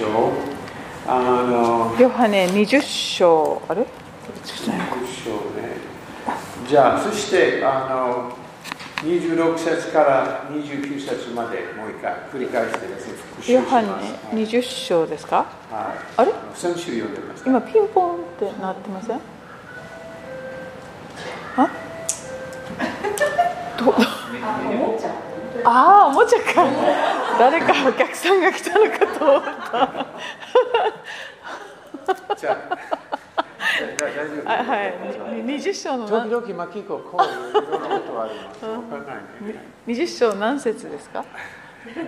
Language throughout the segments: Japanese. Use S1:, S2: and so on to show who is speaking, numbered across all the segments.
S1: 章あの
S2: ヨハネ20章、あれちょっと待って
S1: 10章ねじゃあそしてあの26節から29節までもう一回繰り返してですね復習し
S2: ヨ
S1: ます
S2: ハネ
S1: はい
S2: 20章ですか
S1: はい
S2: あれ
S1: の先週読んでました
S2: 今ピンポンってなってませんあどどああおもちゃか誰かお客さんが来たのかと思った
S1: じゃあ だ大丈夫
S2: あはいに20章の
S1: 時
S2: 何
S1: 々まあ結構こういういろんなことがあります。わかんないね。
S2: 20章何節ですか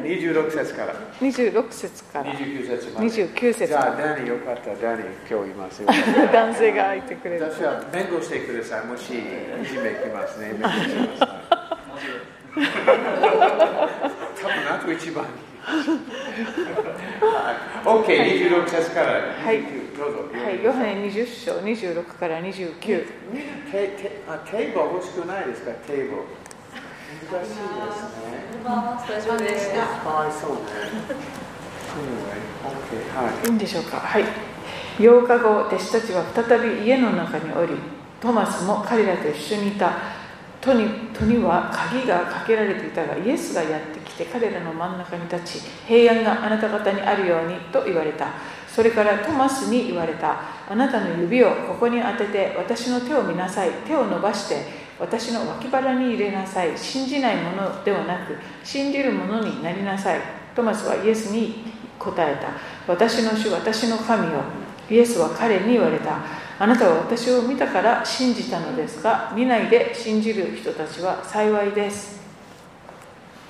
S1: 二十六節から
S2: 26節から
S1: 二十九節まで。
S2: 29節
S1: じゃあダニーよかったダニー今日いますよ。
S2: 男性がいてくれる
S1: 私は弁護してくださいもしいじめきます ね。弁護します、ね。多分あと一番に。オッケー二十六節から29、
S2: はい
S1: どうぞ。
S2: はい、ヨハネ20章26から29
S1: みんなテテあテーブル欲しくないですかテーブル。難しいですね。
S3: スタジオでした。
S1: かわいそうね。anyway, okay, はい
S2: いんでしょうかはい8日後弟子たちは再び家の中におりトマスも彼らと一緒にいた戸に戸には鍵がかけられていたがイエスがやってきて彼らの真ん中に立ち平安があなた方にあるようにと言われたそれからトマスに言われたあなたの指をここに当てて私の手を見なさい手を伸ばして私の脇腹に入れなさい信じないものではなく信じるものになりなさいトマスはイエスに答えた私の主私の神よイエスは彼に言われたあなたは私を見たから信じたのですが見ないで信じる人たちは幸いです。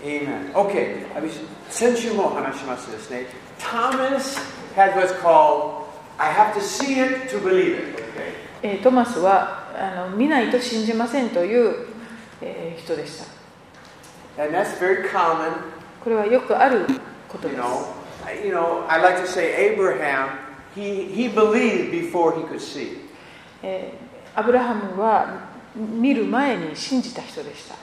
S1: Amen. Okay, I was, since you more Hanashimasu Thomas had what's called, I have to see it to believe it. Okay.
S2: えートマスはあの見ないと信じませんという、えー人でした。
S1: And that's very common,
S2: これはよくあることで
S1: you
S2: す。
S1: know. I- You know, I like to say Abraham, he, he believed before he could see.
S2: えーアブラハムは見る前に信じた人でした。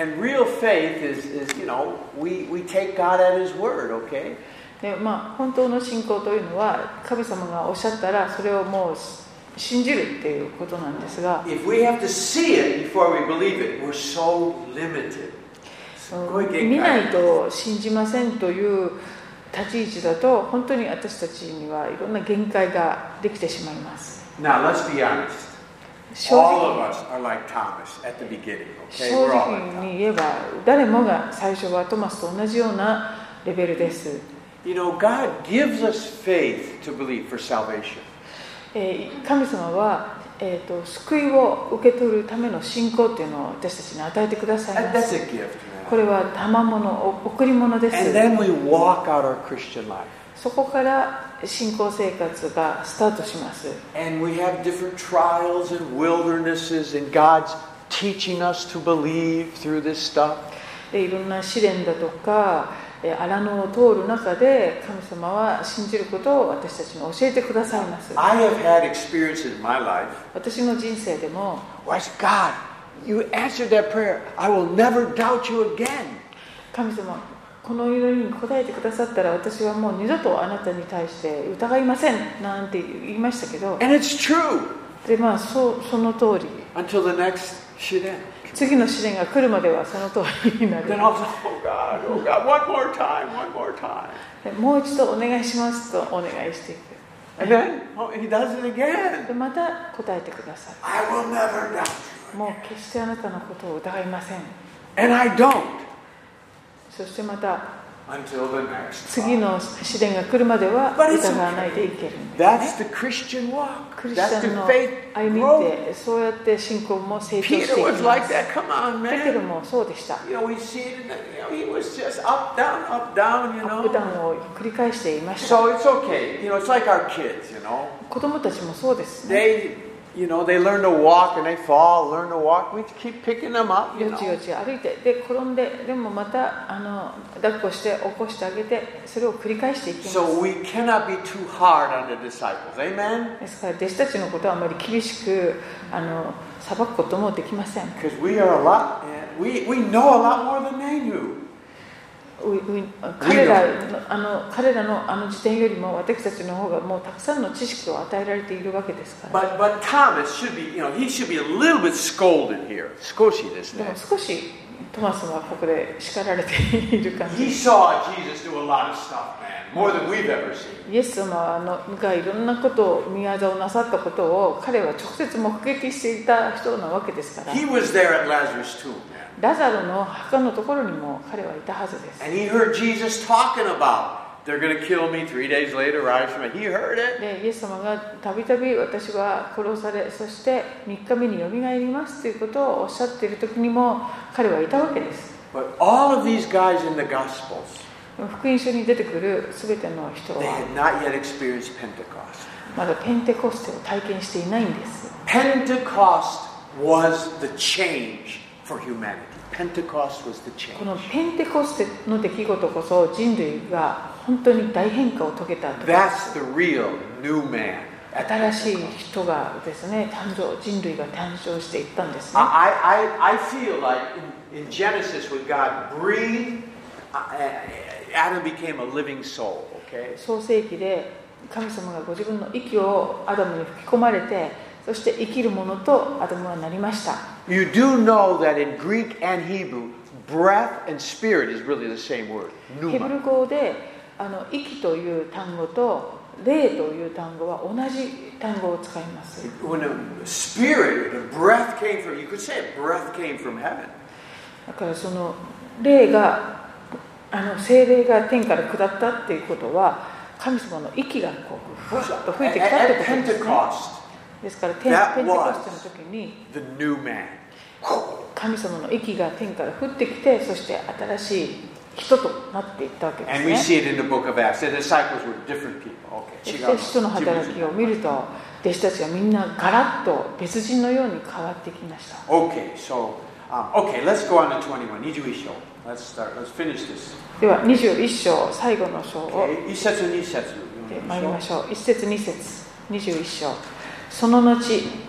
S1: And real faith is, is you know, we, we take God at his word, okay?
S2: でまあ、本当の信仰というのは神様がおっしゃったらそれをもう信じるっていうことなんですが
S1: If we have to see it before we believe it, we're so limited. すごい限界
S2: 見ないと信じませんという立ち位置だと本当に私たちにはいろんな限界ができてしまいます
S1: Now, let's be honest.
S2: 正
S1: All of
S2: 直
S1: us are like Thomas at the beginning,
S2: 正
S1: okay? We're all
S2: 直
S1: like Thomas.
S2: に言えば誰もが最初はトマスと同じようなレベルです、
S1: You know, God gives us faith to believe for salvation.
S2: えー神様は、えー、と救いを受け取るための信仰っていうのを私たちに与えてください
S1: That-
S2: ます
S1: that's a gift,
S2: こ
S1: man.
S2: れは賜物お贈り物です
S1: And then we walk out our Christian life.
S2: そこから信仰生活がスタートします
S1: And we have different trials and wildernesses, and God's teaching us to believe through this stuff.
S2: でいろんな試練だとかえー荒野を通る中で神様は信じることを私たちに教えてくださいます
S1: I have had experiences in my life
S2: 私の人生でも
S1: where I said, God, you answered that prayer. I will never doubt you again.
S2: 神様この祈りに応えてくださったら私はもう二度とあなたに対して疑いませんなんて言いましたけど
S1: And it's true
S2: でまあそうその通り
S1: until the next shit ends.
S2: 次の試練が来るまではその通りになる
S1: Then I was like, oh God, oh God, one more time, one more time.
S2: でもう一度お願いしますとお願いしていく
S1: And then oh, he does it again.
S2: でまた答えてくださ
S1: I will never doubt.
S2: いもう決してあなたのことを疑いません
S1: And I don't
S2: そしてまた
S1: until the next.
S2: 次
S1: time.
S2: の試練が来るまでは疑わないでいけるんで
S1: That's the Christian walk.
S2: クリスチ
S1: That's
S2: ャン
S1: the
S2: の
S1: faith
S2: 歩みっ
S1: growth.
S2: てそうやって信仰も成長してい
S1: Peter
S2: きま
S1: was
S2: す
S1: like
S2: だ
S1: that. Come on,
S2: けど
S1: man.
S2: もそうでした
S1: You know, we see it. In the, you know, he was just up, down, up, down.
S2: ア
S1: You
S2: ップダウ
S1: know.
S2: ンを繰り返していました
S1: So it's okay. You know, it's like our kids. You know,
S2: 子供たちもそうですね
S1: they, you know, they learn to walk and they fall, learn to walk. We keep picking them up.
S2: よ
S1: You
S2: ち
S1: know.
S2: よち歩いてで転んででもまたあの抱っこして起こしてあげてそれを繰り返していきます
S1: So we cannot be too hard on the disciples. Amen?
S2: ですから弟子たちのことはあまり厳しくあの裁くこともできません
S1: Because we are a lot, we, we know a lot more than they knew.
S2: うう彼らのあの彼らのあの時点よりも私たちの方がもうたくさんの知識を与えられているわけですから、
S1: But, but Thomas should be, you know, he should be a little bit scolded here. Scoshi this
S2: で
S1: name.
S2: も少しトマスはここで叱られている感じ
S1: He saw Jesus do a lot of stuff, man. More than we've ever seen.
S2: イエス様はあのがいろんなことを宮沢をなさったことを彼は直接目撃していた人なわけですから
S1: He was there at Lazarus' tomb, man.
S2: ラザロの墓のところにも彼はいたはずです
S1: And he heard Jesus talking about, they're going to kill me three days later, rise from it. He heard it.
S2: でイエス様がたびたび私は殺されそして3日目によみがえりますということをおっしゃっている時にも彼はいたわけです
S1: But all of these guys in the Gospels,
S2: 福音書に出てくる全ての人
S1: they
S2: は
S1: had not yet experienced Pentecost.
S2: まだペンテコステを体験していないんです
S1: Pentecost was the change for humanity. Pentecost was the
S2: こ
S1: change.
S2: のペンテコステの出来事こそ人類が本当に大変化を遂げたと
S1: That's the real new man. at
S2: 新しい
S1: Pentecost.
S2: 人がですね誕生人類が誕生していったんですね
S1: I, I, I- I feel like in, in Genesis, when God breathed, I- I- Adam became a living soul, okay?
S2: 創世紀で神様がご自分の息をアダムに吹き込まれてそして生きるものとアダムはなりました
S1: You do know that in Greek and Hebrew, breath and spirit is really the same word,
S2: ヘブ
S1: pneuma.
S2: ル語であの息という単語と霊という単語は同じ単語を使います
S1: When the spirit, the breath came from, you could say breath came from heaven.
S2: だからその霊があの精霊が天から下ったっていうことは神様の息がこうふわっ
S1: So,
S2: と
S1: at,
S2: 吹いてきたってこ
S1: at
S2: とです、ね、
S1: Pentecost,
S2: ですから天
S1: That
S2: ペンテコステの時に
S1: the new man.
S2: 神様の息が天から降ってきてそして新しい人となっていったわけで
S1: And
S2: す
S1: we
S2: ね
S1: see it in the book of Acts. The disciples were different people.
S2: そ
S1: Okay.
S2: して使徒の働きを見ると弟子たちがみんなガラッと別人のように変わってきました
S1: Okay, so um, okay, let's go on to 21. Nijuisho. Let's start. Let's finish this.
S2: では21章最後の章を
S1: Okay. Isetsu nisetsu.
S2: で参りましょう1節2節21章その後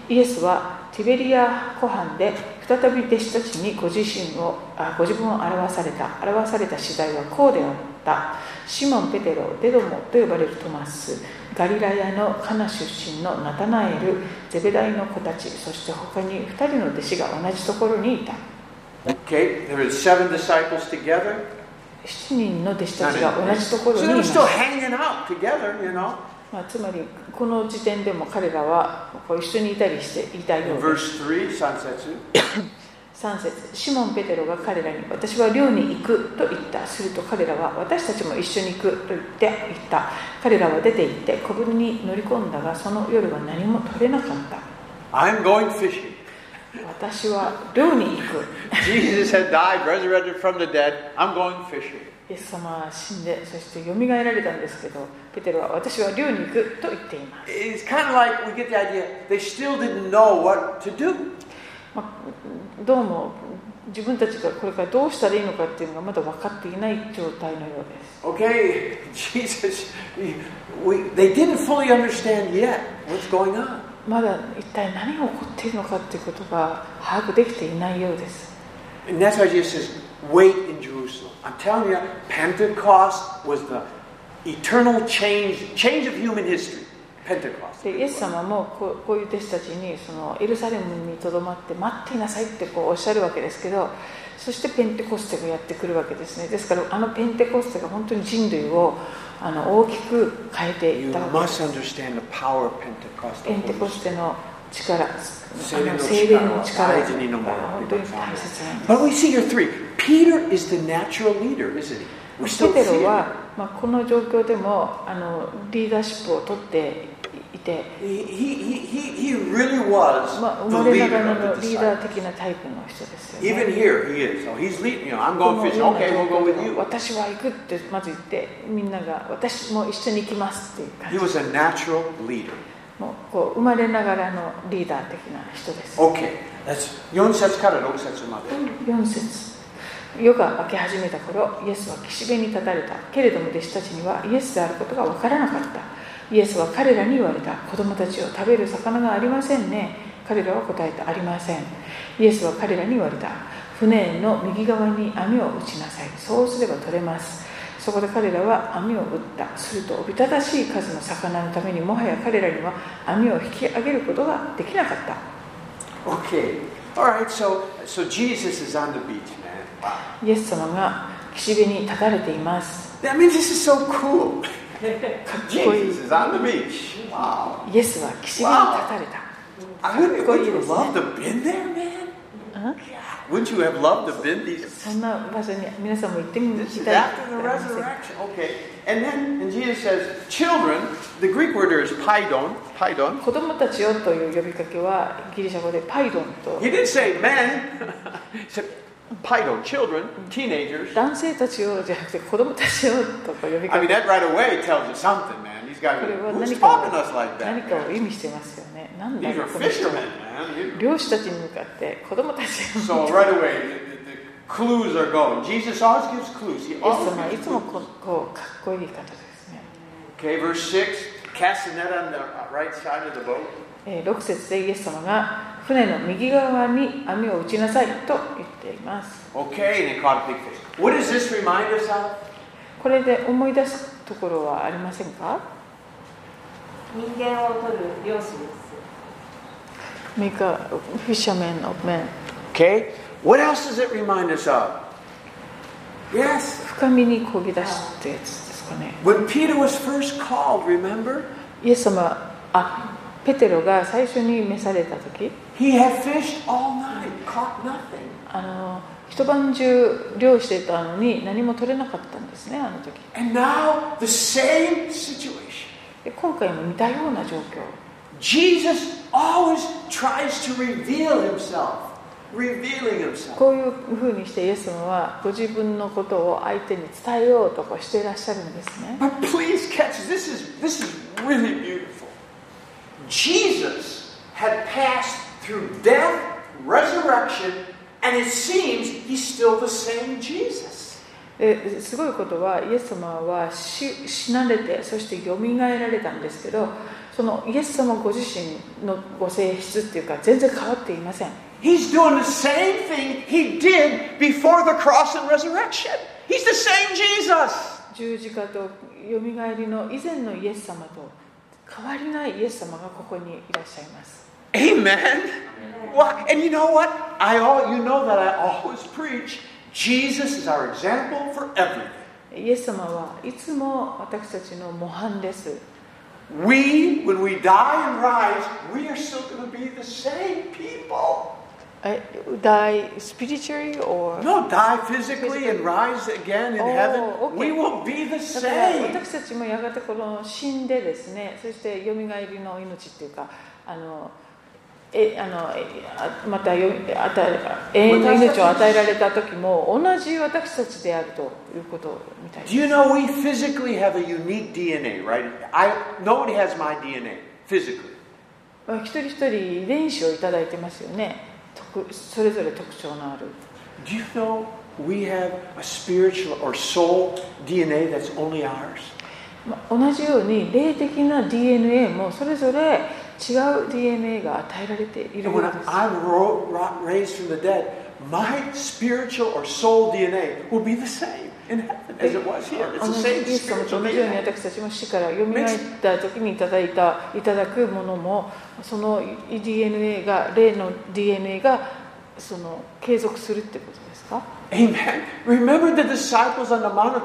S2: イエスはティベリア湖畔で再び弟子たちにご自身をあご自分を表された表された次第はこうであったシモン・ペテロデドモと呼ばれるトマスガリラヤのカナ出身のナタナエルゼベダイの子たちそして他に2人の弟子が同じところにいた
S1: Okay, there were seven disciples together.
S2: 7人の弟子たちが同
S1: So
S2: じところに
S1: they
S2: いま
S1: were
S2: し
S1: still
S2: た
S1: hanging out together, you know.
S2: まあ、つまりこの時点でも彼らはこう一緒にいたりしていた
S1: In
S2: ようです
S1: verse 3, Sansetsu.
S2: 3節シモン・ペテロが彼らに「私は漁に行く」と言ったすると彼らは「私たちも一緒に行く」と言って行った彼らは出て行って小舟に乗り込んだがその夜は何も取れなかった
S1: I'm going fishing.
S2: 私は漁に行く
S1: Jesus had died, resurrected from the dead. I'm going fishing.
S2: イエス様は死んでそしてよみがえられたんですけどペテロは「私は漁に行く」と言っています
S1: It's kind of like we get the idea they still didn't know what to do.
S2: まあ、どうも自分たちがこれからどうしたらいいのかっていうのがまだ分かっていない状態のようです
S1: Okay, Jesus, we, they didn't fully understand yet what's going on.
S2: まだ一体何が起こっているのかっていうことが 把握できていないようです
S1: And that's why Jesus says, wait in Jerusalem. I'm telling you, Pentecost was the eternal change, change of human history. Pentecost.
S2: でイエス様もこうこういう弟子たちにそのエルサレムにとどまって待っていなさいってこうおっしゃるわけですけどそしてペンテコステがやってくるわけですねですからあのペンテコステが本当に人類をあの大きく変えて
S1: You
S2: いったわけです
S1: must understand the power of Pentecost.
S2: ペンテコステの力、あ
S1: 聖霊の
S2: の
S1: 力
S2: 精霊の力
S1: 大事に飲む
S2: 本当に大切なんで
S1: But we see here three. Peter is the natural leader, isn't he? We
S2: す。ペ
S1: still
S2: テロ
S1: see him.
S2: は、まあ、この状況でもあのリーダーシップを取っていて、
S1: He, he, he- he, he really was
S2: ま
S1: the
S2: あ、生まれな
S1: leader
S2: がら
S1: of the
S2: のリー
S1: disciples.
S2: ダー的なタイプの人ですよ
S1: Even
S2: ね。
S1: here, he is. So he's leading. You know, I'm going
S2: このよう
S1: fishing.
S2: な
S1: Okay,
S2: 状
S1: we'll go with
S2: 況でも
S1: you.
S2: 私は行くってまず言ってみんなが私も一緒に行きますってい
S1: He
S2: う感じ
S1: was a natural leader.
S2: もうこう生まれながらのリーダー的な人です。
S1: Okay, that's 4節から6節まで。
S2: 4節夜が明け始めた頃イエスは岸辺に立たれたけれども弟子たちにはイエスであることが分からなかったイエスは彼らに言われた子供たちを食べる魚がありませんね彼らは答えたありませんイエスは彼らに言われた船の右側に網を打ちなさいそうすれば取れますそこで彼らは網を打ったするとおびただしい数の魚のためにもはや彼らには網を引き上げることができなかった
S1: Okay. All right. So so Jesus is on the beach, man. Wow.
S2: イエス様が岸辺に立たれています
S1: I mean, this is so cool.
S2: かっこいい
S1: Jesus is on the beach. Wow.
S2: イエスは岸辺に立たれた
S1: I wouldn't,
S2: Go
S1: would you
S2: use
S1: have loved to have been there, man?
S2: あ
S1: Wouldn't you have loved to have been these?
S2: そんな場所に皆さんも行ってみたい
S1: This is after the resurrection. Okay. And then and Jesus says, children. The Greek word here is paidon. Paidon.
S2: 子供たちよという呼びかけはギリシャ語でパイドンと
S1: He didn't say men. he said paidon, children, teenagers.
S2: 男性たちをじゃなくて子供たちよとか呼
S1: I
S2: びか
S1: mean,
S2: け
S1: that right away tells you something, man. These guys,
S2: これは
S1: who's
S2: 何か
S1: talking
S2: を
S1: us like
S2: 何
S1: that?
S2: かを
S1: man?
S2: 意味してますよねなんだ
S1: These
S2: ろ
S1: are
S2: うこの人
S1: fishermen, man.
S2: 漁師たちに向かって子供たち
S1: You-
S2: を
S1: So right away, the, the, the clues are going. Jesus always gives clues. He
S2: イエス様は
S1: always
S2: い
S1: gives
S2: つも
S1: clues.
S2: こうこうかっこいい方ですね、
S1: Okay, verse 6, cast the net on the uh, right side of the boat.
S2: え6節でイエス様が船の右側に網を打ちなさいと言っています
S1: Okay, and they caught a big fish. What does this remind us of?
S2: これで思い出すところはありませんか
S3: 人間を取る漁師です
S2: Make a fisherman of men
S1: Okay, what else does it remind us of? Yes,
S2: 深みに漕ぎ出すってやつですかね
S1: when Peter was first called, remember?
S2: イエス様あペテロが最初に召された時
S1: He had fished all night, caught nothing.
S2: あの一晩中漁してたのに何も取れなかったんですねあの時
S1: And now, the same situation.
S2: で今回も似たような状況
S1: Jesus always tries to reveal himself, revealing himself.
S2: こういうふうにしてイエス様はご自分のことを相手に伝えようとこうしていらっしゃるんですね
S1: But please catch this is this is really beautiful. Jesus had passed through death, resurrection, and it seems he's still the same Jesus.
S2: ですごいことはイエス様は死死なれてそしてよみがえられたんですけどそのイエス様ご自身のご性質っていうか全然変わっていません
S1: He's doing the same thing he did before the cross and resurrection. He's the same Jesus.
S2: 十字架とよみがえりの以前のイエス様と変わりないイエス様がここにいらっしゃいます
S1: Amen. Why? And you know what? I all you know that I always preach. Jesus is our example for everything.
S2: イエス様はいつも私たちの模範です
S1: We, when we die and rise, we are still going to be the same people.
S2: え die spiritually or
S1: No, die physically and rise again in
S2: Oh,
S1: heaven.
S2: okay.
S1: We will be the
S2: だから
S1: same.
S2: 私たちもやがてこの死んでですねそしてよみがえりの命っていうかあのえあのえあまたよ与え永遠の命を与えられた時も同じ私たちであるということみたい
S1: Do
S2: です
S1: you know we physically have a unique DNA, right? I nobody has my DNA physically.
S2: まあ一人一人遺伝子をいただいてますよね特それぞれ特徴のある
S1: Do you know we have a spiritual or soul DNA that's only ours?
S2: まあ同じように霊的な DNA もそれぞれ違う DNA が与えられてい
S1: And
S2: るよう
S1: when
S2: です
S1: I'm ro- ro- raised from the dead, my spiritual or soul DNA will be the same in heaven as it was here. It's the
S2: あの
S1: same
S2: イエス様と
S1: spiritual
S2: 同じように
S1: DNA.
S2: 私たちも死からよみがえった時にいただいたいただくものもその DNA が霊の DNA がその継続するってことですか
S1: Amen. Remember the disciples on the Mount of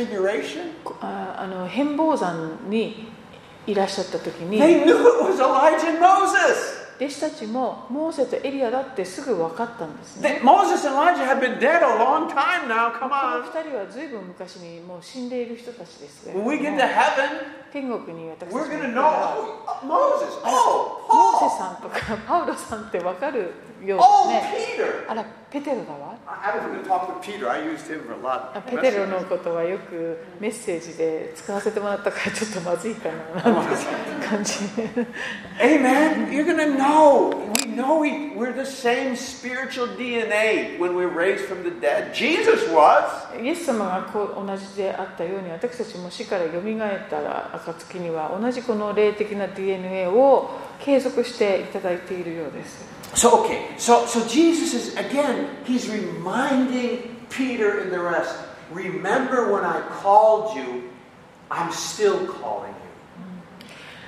S1: Transfiguration?
S2: こああの変貌山にいらっしゃった時に
S1: They knew it was Elijah and Moses.
S2: 弟子たちもモーセとエリアだってすぐ分かったんですね
S1: They- Moses and Elijah have been dead a long time now.
S2: こ
S1: Come on.
S2: の二人は随分昔にもう死んでいる人たちですが
S1: When we get to heaven,
S2: 天国に私たち
S1: we're
S2: も
S1: going to
S2: 行く
S1: know
S2: から
S1: oh, Moses, oh,
S2: モーセ
S1: Paul,
S2: さんとかパウロさんって分かるようですね
S1: oh, Peter.
S2: あら、ペテロだわ。
S1: I I was going to talk to Peter. I used him for a lot.
S2: あ
S1: of
S2: ペテロのことはよくメッセージで使わせてもらったからちょっとまずいかななんて感じ
S1: Amen. You're going to know. We know we, we're the same spiritual DNA when we're raised from the dead. Jesus was.
S2: イエス様がこう同じであったように私たちも死からよみがえったら暁には同じこの霊的な DNA を継続していただいているようです
S1: So, okay, so, so Jesus is, again, he's reminding Peter and the rest remember when I called you, I'm still calling you.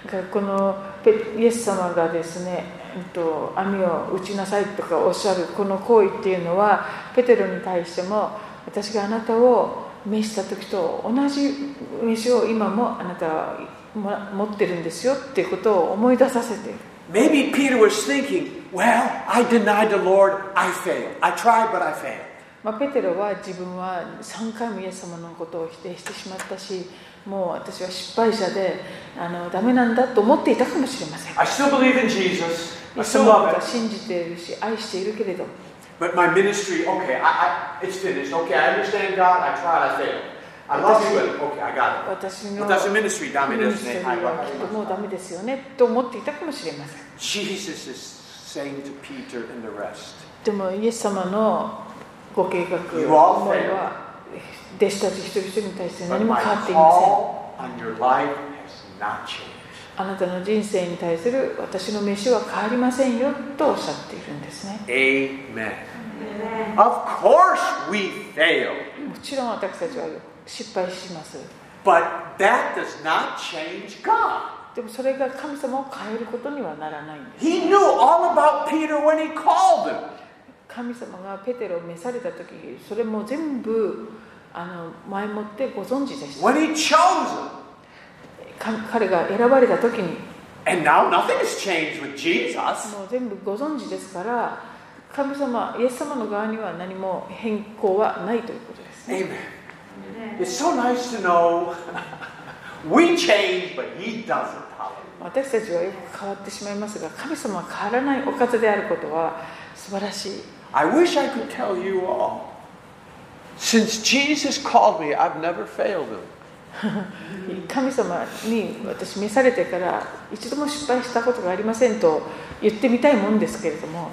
S2: だからこのペイエス様がですね、うんと、網を打ちなさいとかおっしゃるこの行為っていうのはペテロに対しても私があなたを召した時と同じ飯を今もあなたはも持ってるんですよっていうことを思い出させている
S1: Maybe Peter was thinking, well, I denied the Lord, I failed. I tried, but I failed.
S2: まあ、ペテロは自分は3回もイエス様のことを否定してしまったしもう私は失敗者であのダメなんだと思っていたかもしれません
S1: I still believe in Jesus, I
S2: イエス
S1: still
S2: 様が
S1: love it.
S2: 信じているし愛しているけれど
S1: But my ministry, okay, I, I, it's finished. Okay, I understand God, I tried, I failed. I love you, but okay, I got it.
S2: 私の
S1: That's a ministry,
S2: ミニス
S1: domination.
S2: トリーはきっともうダメですよねと思っていたかもしれません
S1: Jesus is saying to Peter and the rest,
S2: でもイエス様のご計画
S1: You all
S2: 思いは弟子たち一人一人に対して
S1: but
S2: 何も
S1: my
S2: 変わっていません
S1: call on your life has not changed.
S2: あなたの人生に対する私の飯は変わりませんよとおっしゃっているんですね
S1: Amen.
S4: ね
S1: Of course we fail,
S2: もちろん私たちは失敗します
S1: but that does not change God.
S2: でもそれが神様を変えることにはならないんです
S1: He knew all about Peter when he called him.
S2: 神様がペテロを召された時それも全部あの前もってご存知でした
S1: when he chose him.
S2: か彼が選ばれた時に
S1: And now nothing has changed with Jesus.
S2: もう全部ご存知ですから神様イエス様の側には何も変更はないということですね
S1: Amen. It's so nice to know we change, but he doesn't. Hallelujah.
S2: 私たちはよく変わってしまいますが神様は変わらないお方であることは素晴らしい
S1: I wish I could tell you all. Since Jesus called me, I've never failed him.
S2: 神様に私召されてから一度も失敗したことがありませんと言ってみたいもんですけれども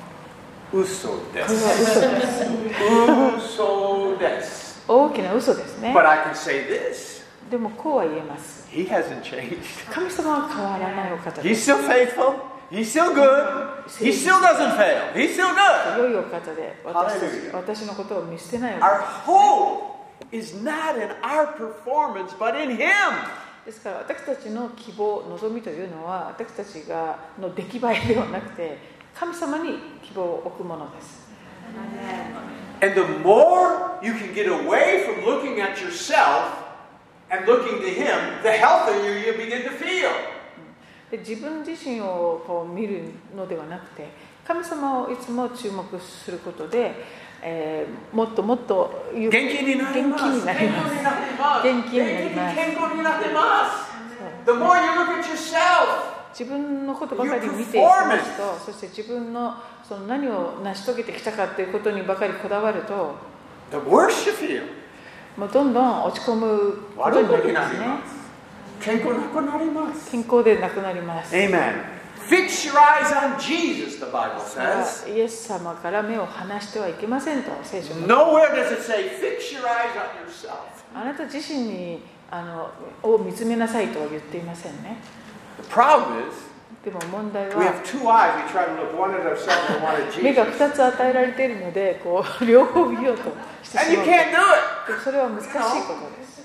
S1: Uso
S2: これは嘘です
S1: Uso des.
S2: 大きな嘘ですね
S1: But I can say this
S2: でもこうは言えます
S1: He hasn't changed.
S2: 神様は変わらないお方で
S1: He's
S2: す
S1: still faithful. He's still good. He still doesn't fail. He's still good.
S2: 良いお方で私たち
S1: Hallelujah.
S2: 私のことを見捨てないお方
S1: Our hope is not in our performance, but in Him.
S2: ですから私たちの希望望みというのは私たちがの出来栄えではなくて神様に希望を置くものです
S1: And the more you can get away from looking at yourself and looking to Him, the healthier you begin to feel.
S2: で自分自身をこう見るのではなくて神様をいつも注目することで、えーもっともっとゆ元気になります 元気になります。
S1: The more you look at yourself,
S2: 自分のことばかり見てい
S1: Your
S2: ますとそして自分のその何を成し遂げてきたかということにばかりこだわると
S1: the worse you feel.
S2: もうどんどん落ち込むことになります
S1: 悪く
S2: ね
S1: なります。健康なくなります。
S2: 健康でなくなります
S1: Amen. Fix your eyes on Jesus, the Bible
S2: だ
S1: says.
S2: からイエス様から目を離してはいけませんと聖書が
S1: Nowhere does it say, fix your eyes on yourself.
S2: あなた自身にあのを見つめなさいとは言っていませんね
S1: The problem is,
S2: でも問題
S1: we have
S2: は
S1: two eyes. We try to look one at ourselves and one at
S2: 目が
S1: Jesus.
S2: 2つ与えられているのでこう 両方見ようとして
S1: And
S2: し
S1: you
S2: まう
S1: can't do it.
S2: でもそれは難しいことです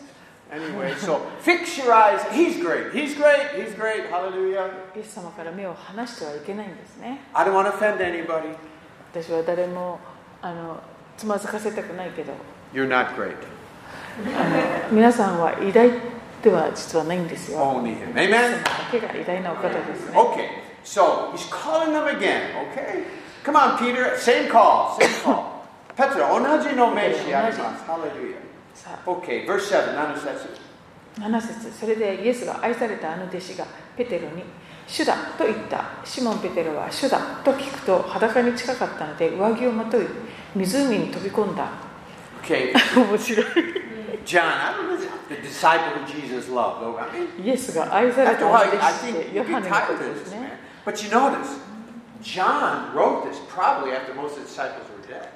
S1: Anyway, so fix your eyes. He's great. He's great. He's great. Hallelujah.
S2: イエス様から目を離してはいけないんですね
S1: I don't want to offend anybody.
S2: 私は誰もあのつまずかせたくないけど
S1: You're not great.
S2: 皆さんは偉大では実はないんですよ
S1: Only him.
S2: イエス様
S1: Amen.
S2: だけが偉大なお方ですね
S1: Okay. So he's calling them again. Okay. Come on, Peter. Same call. Same call. Petra, onaji no meishi arimasu. Hallelujah.
S2: さあ
S1: Okay. Verse seven. Nanasetsu.
S2: 7節それでイエスが愛されたあの弟子がペテロに「主だ」と言ったシモン・ペテロは「主だ」と聞くと裸に近かったので上着をまとい湖に飛び込んだ
S1: Okay.
S2: 面白い
S1: John, I don't know the disciple who Jesus loved. Okay. I mean,
S2: イエスが愛され
S1: After a
S2: たあ
S1: while,
S2: の
S1: I
S2: 弟子
S1: think
S2: でヨ
S1: you get
S2: ハネのこ
S1: tired
S2: と
S1: of
S2: です
S1: this,
S2: ね
S1: man. But you notice, John wrote this probably after most of the disciples were dead.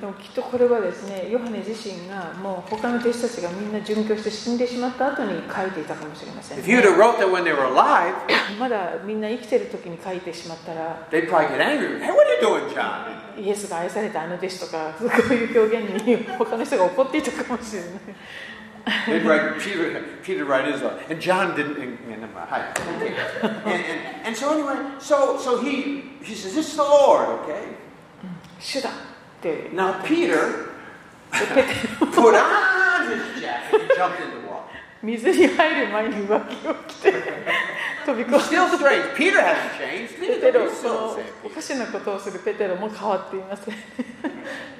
S2: でもきっとこれはですねヨハネ自身がもう他の弟子たちがみんな殉教して死んでしまった後に書いていたかもしれません
S1: If you'd have wrote that when they were alive,
S2: まだみんな生きてる時に書いてしまったら
S1: they'd probably get angry. Hey, what are you doing, John?
S2: イエスが愛されたあの弟子とか そういう表現に他の人が怒っていたかもしれない
S1: They'd write Peter. Peter write his letter, and John didn't. And, and, and, hi. and, and, and so anyway, so so he he says, "It's the Lord." Okay.
S2: 主だってで
S1: Now Peter
S2: ペテロ
S1: put on his jacket and jumped in the water.
S2: 水に入る前に上着を着て 飛び込ん
S1: He's
S2: で
S1: still strange. Peter hasn't changed.
S2: ペ
S1: Neither
S2: テ
S1: did
S2: ロ
S1: he. He's
S2: そ
S1: still
S2: の
S1: the same
S2: おか
S1: Peter.
S2: しなことをするペテロも変わっていません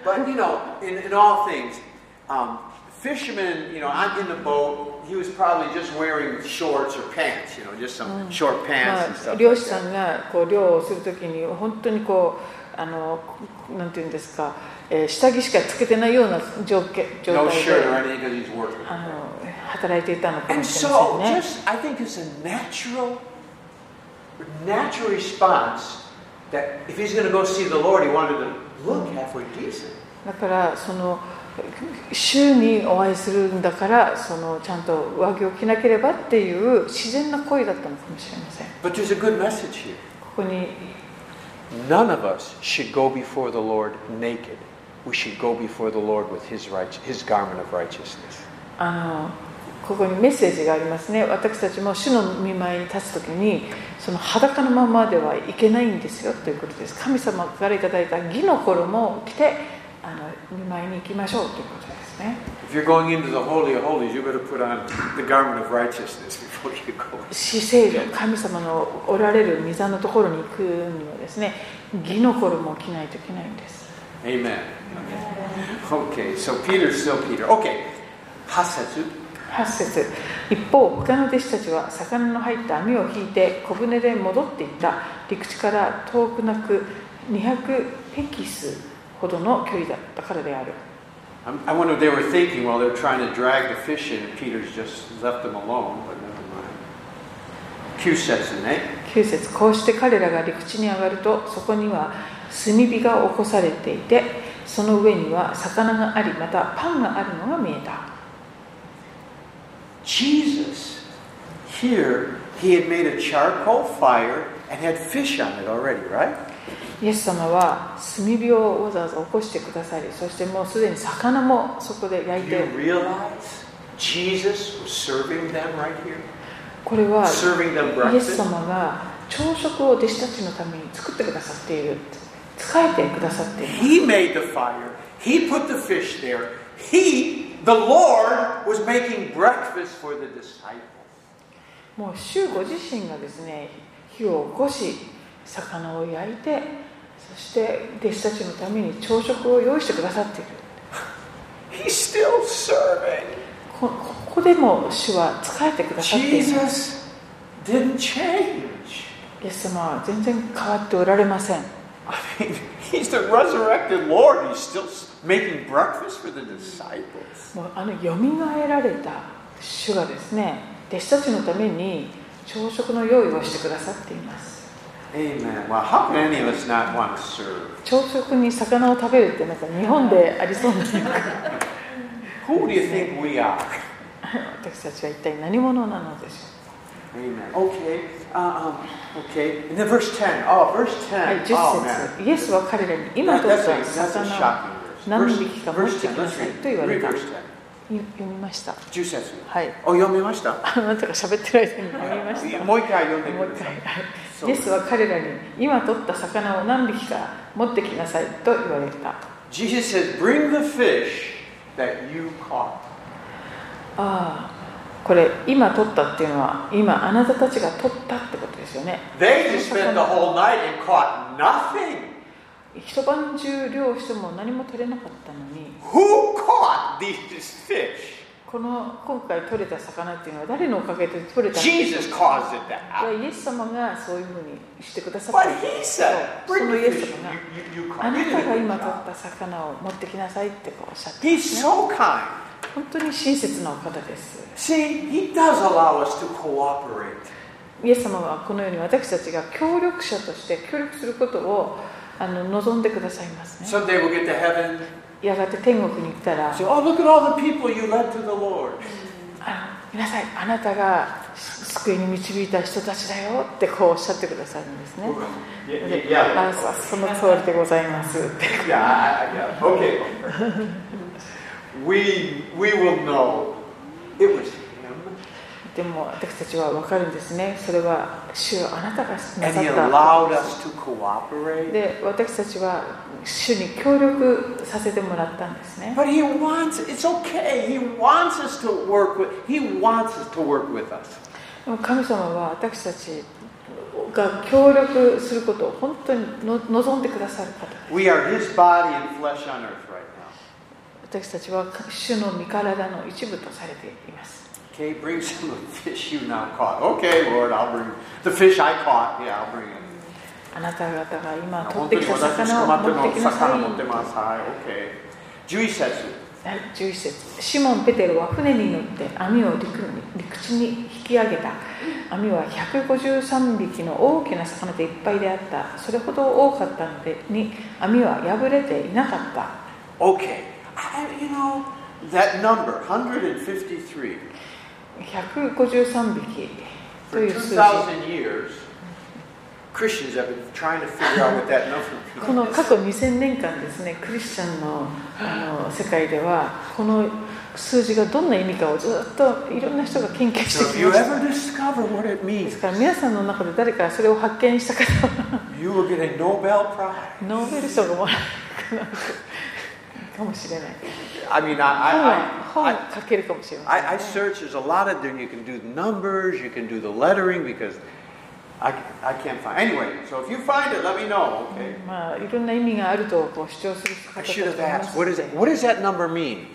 S1: But you know, in, in all things, um, fishermen, you know, I'm in the boat. He was probably just wearing shorts or pants, you know, just some short
S2: ま
S1: pants and
S2: あ、
S1: stuff.
S2: 漁
S1: Like
S2: 師さ
S1: that.
S2: んがこう漁をするときに本当にこうあのなんていうんですか、えー下着しかつけてないような状況状
S1: No
S2: 態
S1: shirt or
S2: で
S1: anything because he's working.
S2: あの働いていたのかも
S1: And
S2: しれま
S1: so,
S2: せんね。
S1: just I think it's a natural, natural response that if he's going to go see the Lord, he wanted to look halfway decent.
S2: だからその週にお会いするんだからそのちゃんと上着を着なければっていう自然な恋だったのかもしれません。こ
S1: But there's a good message here.
S2: こに
S1: None of us should go before the Lord naked. We should go before the Lord with his, right, his garment of righteousness.
S2: あのここにメッセージがありますね私たちも主の見舞いに立つ時にその裸のままではいけないんですよということです神様からいただいた義の衣を着てあの見舞いに行きましょうということですね
S1: If you're going into the Holy of Holies, you better put on the garment of righteousness before you go.
S2: 死聖所神様のおられる御座のところに行くにはですね義の衣を着ないといけないんです
S1: Amen. Okay, so Peter's still Peter. Okay. Hasetsu.
S2: 8節一方他の弟子たちは魚の入った網を引いて小舟で戻っていった陸地から遠くなく200ペキスほどの距離だったからである
S1: I'm- I wonder what they were thinking while they're trying to drag the fish in, and Peter's just left them alone, but never mind. Kyusetsu, eh?
S2: 9節こうして彼らが陸地に上がるとそこには炭火が起こされていてその上には魚がありまたパンがあるのが見えた
S1: Jesus, here, he had made a charcoal fire and had fish on it already, right?
S2: イエス様は炭火をわざわざ起こしてくださりそしてもうすでに魚もそこで焼い
S1: Do you
S2: て
S1: realize Jesus was serving them right here?
S2: これは
S1: Serving them
S2: イエス
S1: breakfast?
S2: 様が朝食を弟子たちのために作ってくださっている仕えてくださっている
S1: He made the fire. He put the fish there. He, the Lord, was making breakfast for the disciples.
S2: もう主ご自身がですね火を起こし魚を焼いてそして弟子たちのために朝食を用意してくださっている
S1: He's still serving.
S2: こここでも主は仕えてくださっている
S1: Jesus didn't change.
S2: イエス様は全然変わっておられません
S1: I mean, he's the resurrected Lord. He's still s- making breakfast for the disciples.
S2: もうあのよみがえられた主がですね弟子たちのために朝食の用意をしてくださっています
S1: Amen. Well, how can any of us not want to serve?
S2: 朝食に魚を食べるってなんか日本であ りそうな
S1: Who do you think we are?
S2: 私たちは一体何者なのでしょ
S1: Amen. Okay. Uh, um, okay. And then verse 10. Oh, verse
S2: うか、はい、
S1: 10.
S2: 10
S1: Oh, man.
S2: 節イエスは彼らに今
S1: That-
S2: 取っ
S1: that's,
S2: た
S1: a, that's a shocking
S2: 魚を
S1: verse.
S2: 何
S1: Verse,
S2: 匹か持っ
S1: verse
S2: て
S1: 10.
S2: くだ
S1: Let's
S2: さい
S1: read.
S2: と言われ
S1: Read
S2: た
S1: verse Oh,
S2: 読
S1: 10.
S2: みました
S1: 10節。
S2: はい
S1: お読みました
S2: あなたが喋ってる間に読みました
S1: もう一回読んで
S2: もう
S1: くだ
S2: 一
S1: さ
S2: 回
S1: い。
S2: はい
S1: そう
S2: イエ
S1: です
S2: スは彼らに今取った魚を何匹か持ってきなさいと言われた
S1: Jesus says, Bring the fish that you caught.
S2: ああこれ今取ったっていうのは今あなたたちが取ったってことですよね
S1: They just spent the whole night and caught nothing.
S2: 一晩中漁しても何も取れなかったのに
S1: Who caught these fish?
S2: この今回取れた魚っていうのは誰のおかげで取れたのい
S1: Jesus caused it to
S2: や
S1: happen.
S2: イエス様がそういうふうにしてくださった
S1: But he said,
S2: そうそ
S1: Bring
S2: の
S1: the
S2: イエ
S1: fish
S2: ス
S1: you, you, you
S2: 様があ
S1: caught.
S2: な
S1: You did
S2: た
S1: a
S2: が
S1: good
S2: 今取
S1: job.
S2: った魚を持ってきなさいってこうおっしゃってま
S1: He's
S2: す、ね、
S1: so kind.
S2: 本当に親切なお方です
S1: See, he does allow us to cooperate.
S2: イエス様はこのように私たちが協力者として協力することをあの望んでくださいますね
S1: Someday we'll get to heaven.
S2: やがて天国に行ったら
S1: Say, oh, look at all the people you led to the Lord.
S2: あの皆さんあなたが救いに導いた人たちだよってこうおっしゃってくださるんですね
S1: We're going,
S5: Yeah,
S2: で
S5: yeah, yeah.
S2: あそその通りでございますって
S5: Yeah, I- yeah. Okay.
S1: We, we will know it was Him.
S2: でも私たちは分かるんですねそれは主よあなたがなさ
S1: And He
S2: っ
S1: allowed us to cooperate.
S2: たで私たちは主に協力させてもらったんですね
S1: But he wants, it's okay. He wants us to work with, he wants us to work with us.
S2: でも神様は私たちが協力することを本当にの望んでくださる方
S1: We are his body and flesh on earth right now.
S2: 私たちは主の身体の一部とされています
S1: Okay, bring some of the fish you now caught. Okay, Lord, I'll bring the fish I caught. Yeah, I'll bring it.
S2: あなた方が今取ってきた魚を持ってきなさい
S1: 本当に私たち捕まってるの魚持ってます。はい、okay. Jewish says,
S2: はい11節シモン・ペテロは船に乗って網を陸に陸地に引き上げた網は153匹の大きな魚でいっぱいであったそれほど多かったのでに網は破れていなかった
S1: okay, I, you know, that number, 153,
S2: 153匹と
S1: for
S2: いう数字
S1: 2,000 years, Christians have been trying to figure out what that number
S2: この
S1: means.
S2: 過去2000年間ですねクリスチャンのあの世界ではこの数字がどんな意味かをずっといろんな人が研究
S1: So
S2: し
S1: if
S2: てきま
S1: you
S2: した
S1: ever discover what it
S2: で
S1: means,
S2: すから皆さんの中で誰かそれを発見した方は
S1: you will get a Nobel Prize.
S2: ノーベル賞がもらえるかなかもしれない
S1: I mean, I,
S2: 本は書けるかもしれ
S1: I,
S2: ま
S1: I, I
S2: せんね
S1: search. There's a lot of them. You can do the numbers. You can do the lettering because I, I can't find. Anyway, so if you find it, let me know. Okay.
S2: まあいろんな意味があるとこう主張する
S1: I
S2: 方
S1: should have
S2: たちがいま
S1: asked.
S2: すの
S1: What
S2: で
S1: is it? What does that number mean?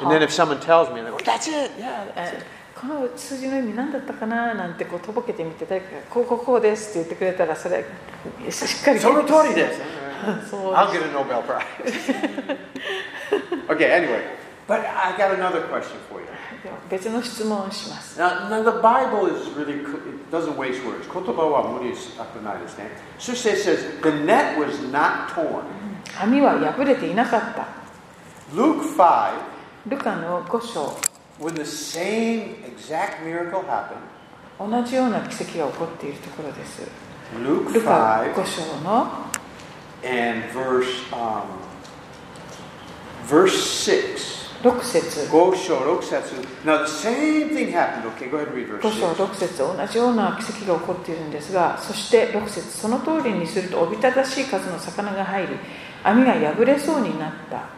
S1: And then if someone tells me, I go, that's it.
S2: いやえこの数字の意味何だったかななんてこうとぼけてみて誰かが「こうこうこうです」って言ってくれたらそれしっかり
S1: So notori this.
S2: そう
S1: I'll get a Nobel Prize. okay. Anyway, but I got another question for you.
S2: 別の質問をします
S1: Now, now the Bible is really, cl- it doesn't waste words. 言葉は無理なくないですね。そして says, the net was not torn.
S2: 網は破れていなかった
S1: Luke 5,
S2: ルカの5章
S1: when the same exact miracle happened,
S2: 同じような奇跡が起こっているところです
S1: Luke
S2: ルカ5
S1: 5
S2: 章の
S1: and verse, um, verse 6.
S2: 6節
S1: Go show, Now the same thing happened. Okay, go ahead and read
S2: 5
S1: verse
S2: 章
S1: 6.
S2: 6節同じような奇跡が起こっているんですがそして6節その通りにするとおびただしい数の魚が入り網が破れそうになった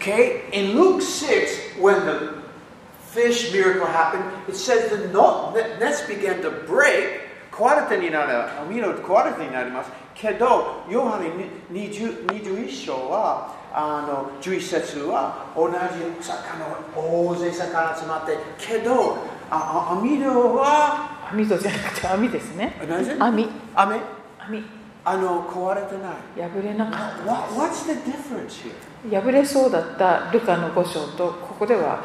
S1: Okay, in Luke 6, when the fish miracle happened, it says the no- net- nets began to break. 壊れてにならない。網の壊れてになります。けど、ヨハネ21章は、あの、11節は同じ魚が大勢魚集まって、けど、あ、あ網戸は、
S2: 網戸じゃなくて網ですね
S1: 同じ
S2: 網
S1: 網、
S2: 網
S1: あの、壊れてない。
S2: 破れなかっ
S1: What, what's the difference here?
S2: た破れそうだったルカの5章とここでは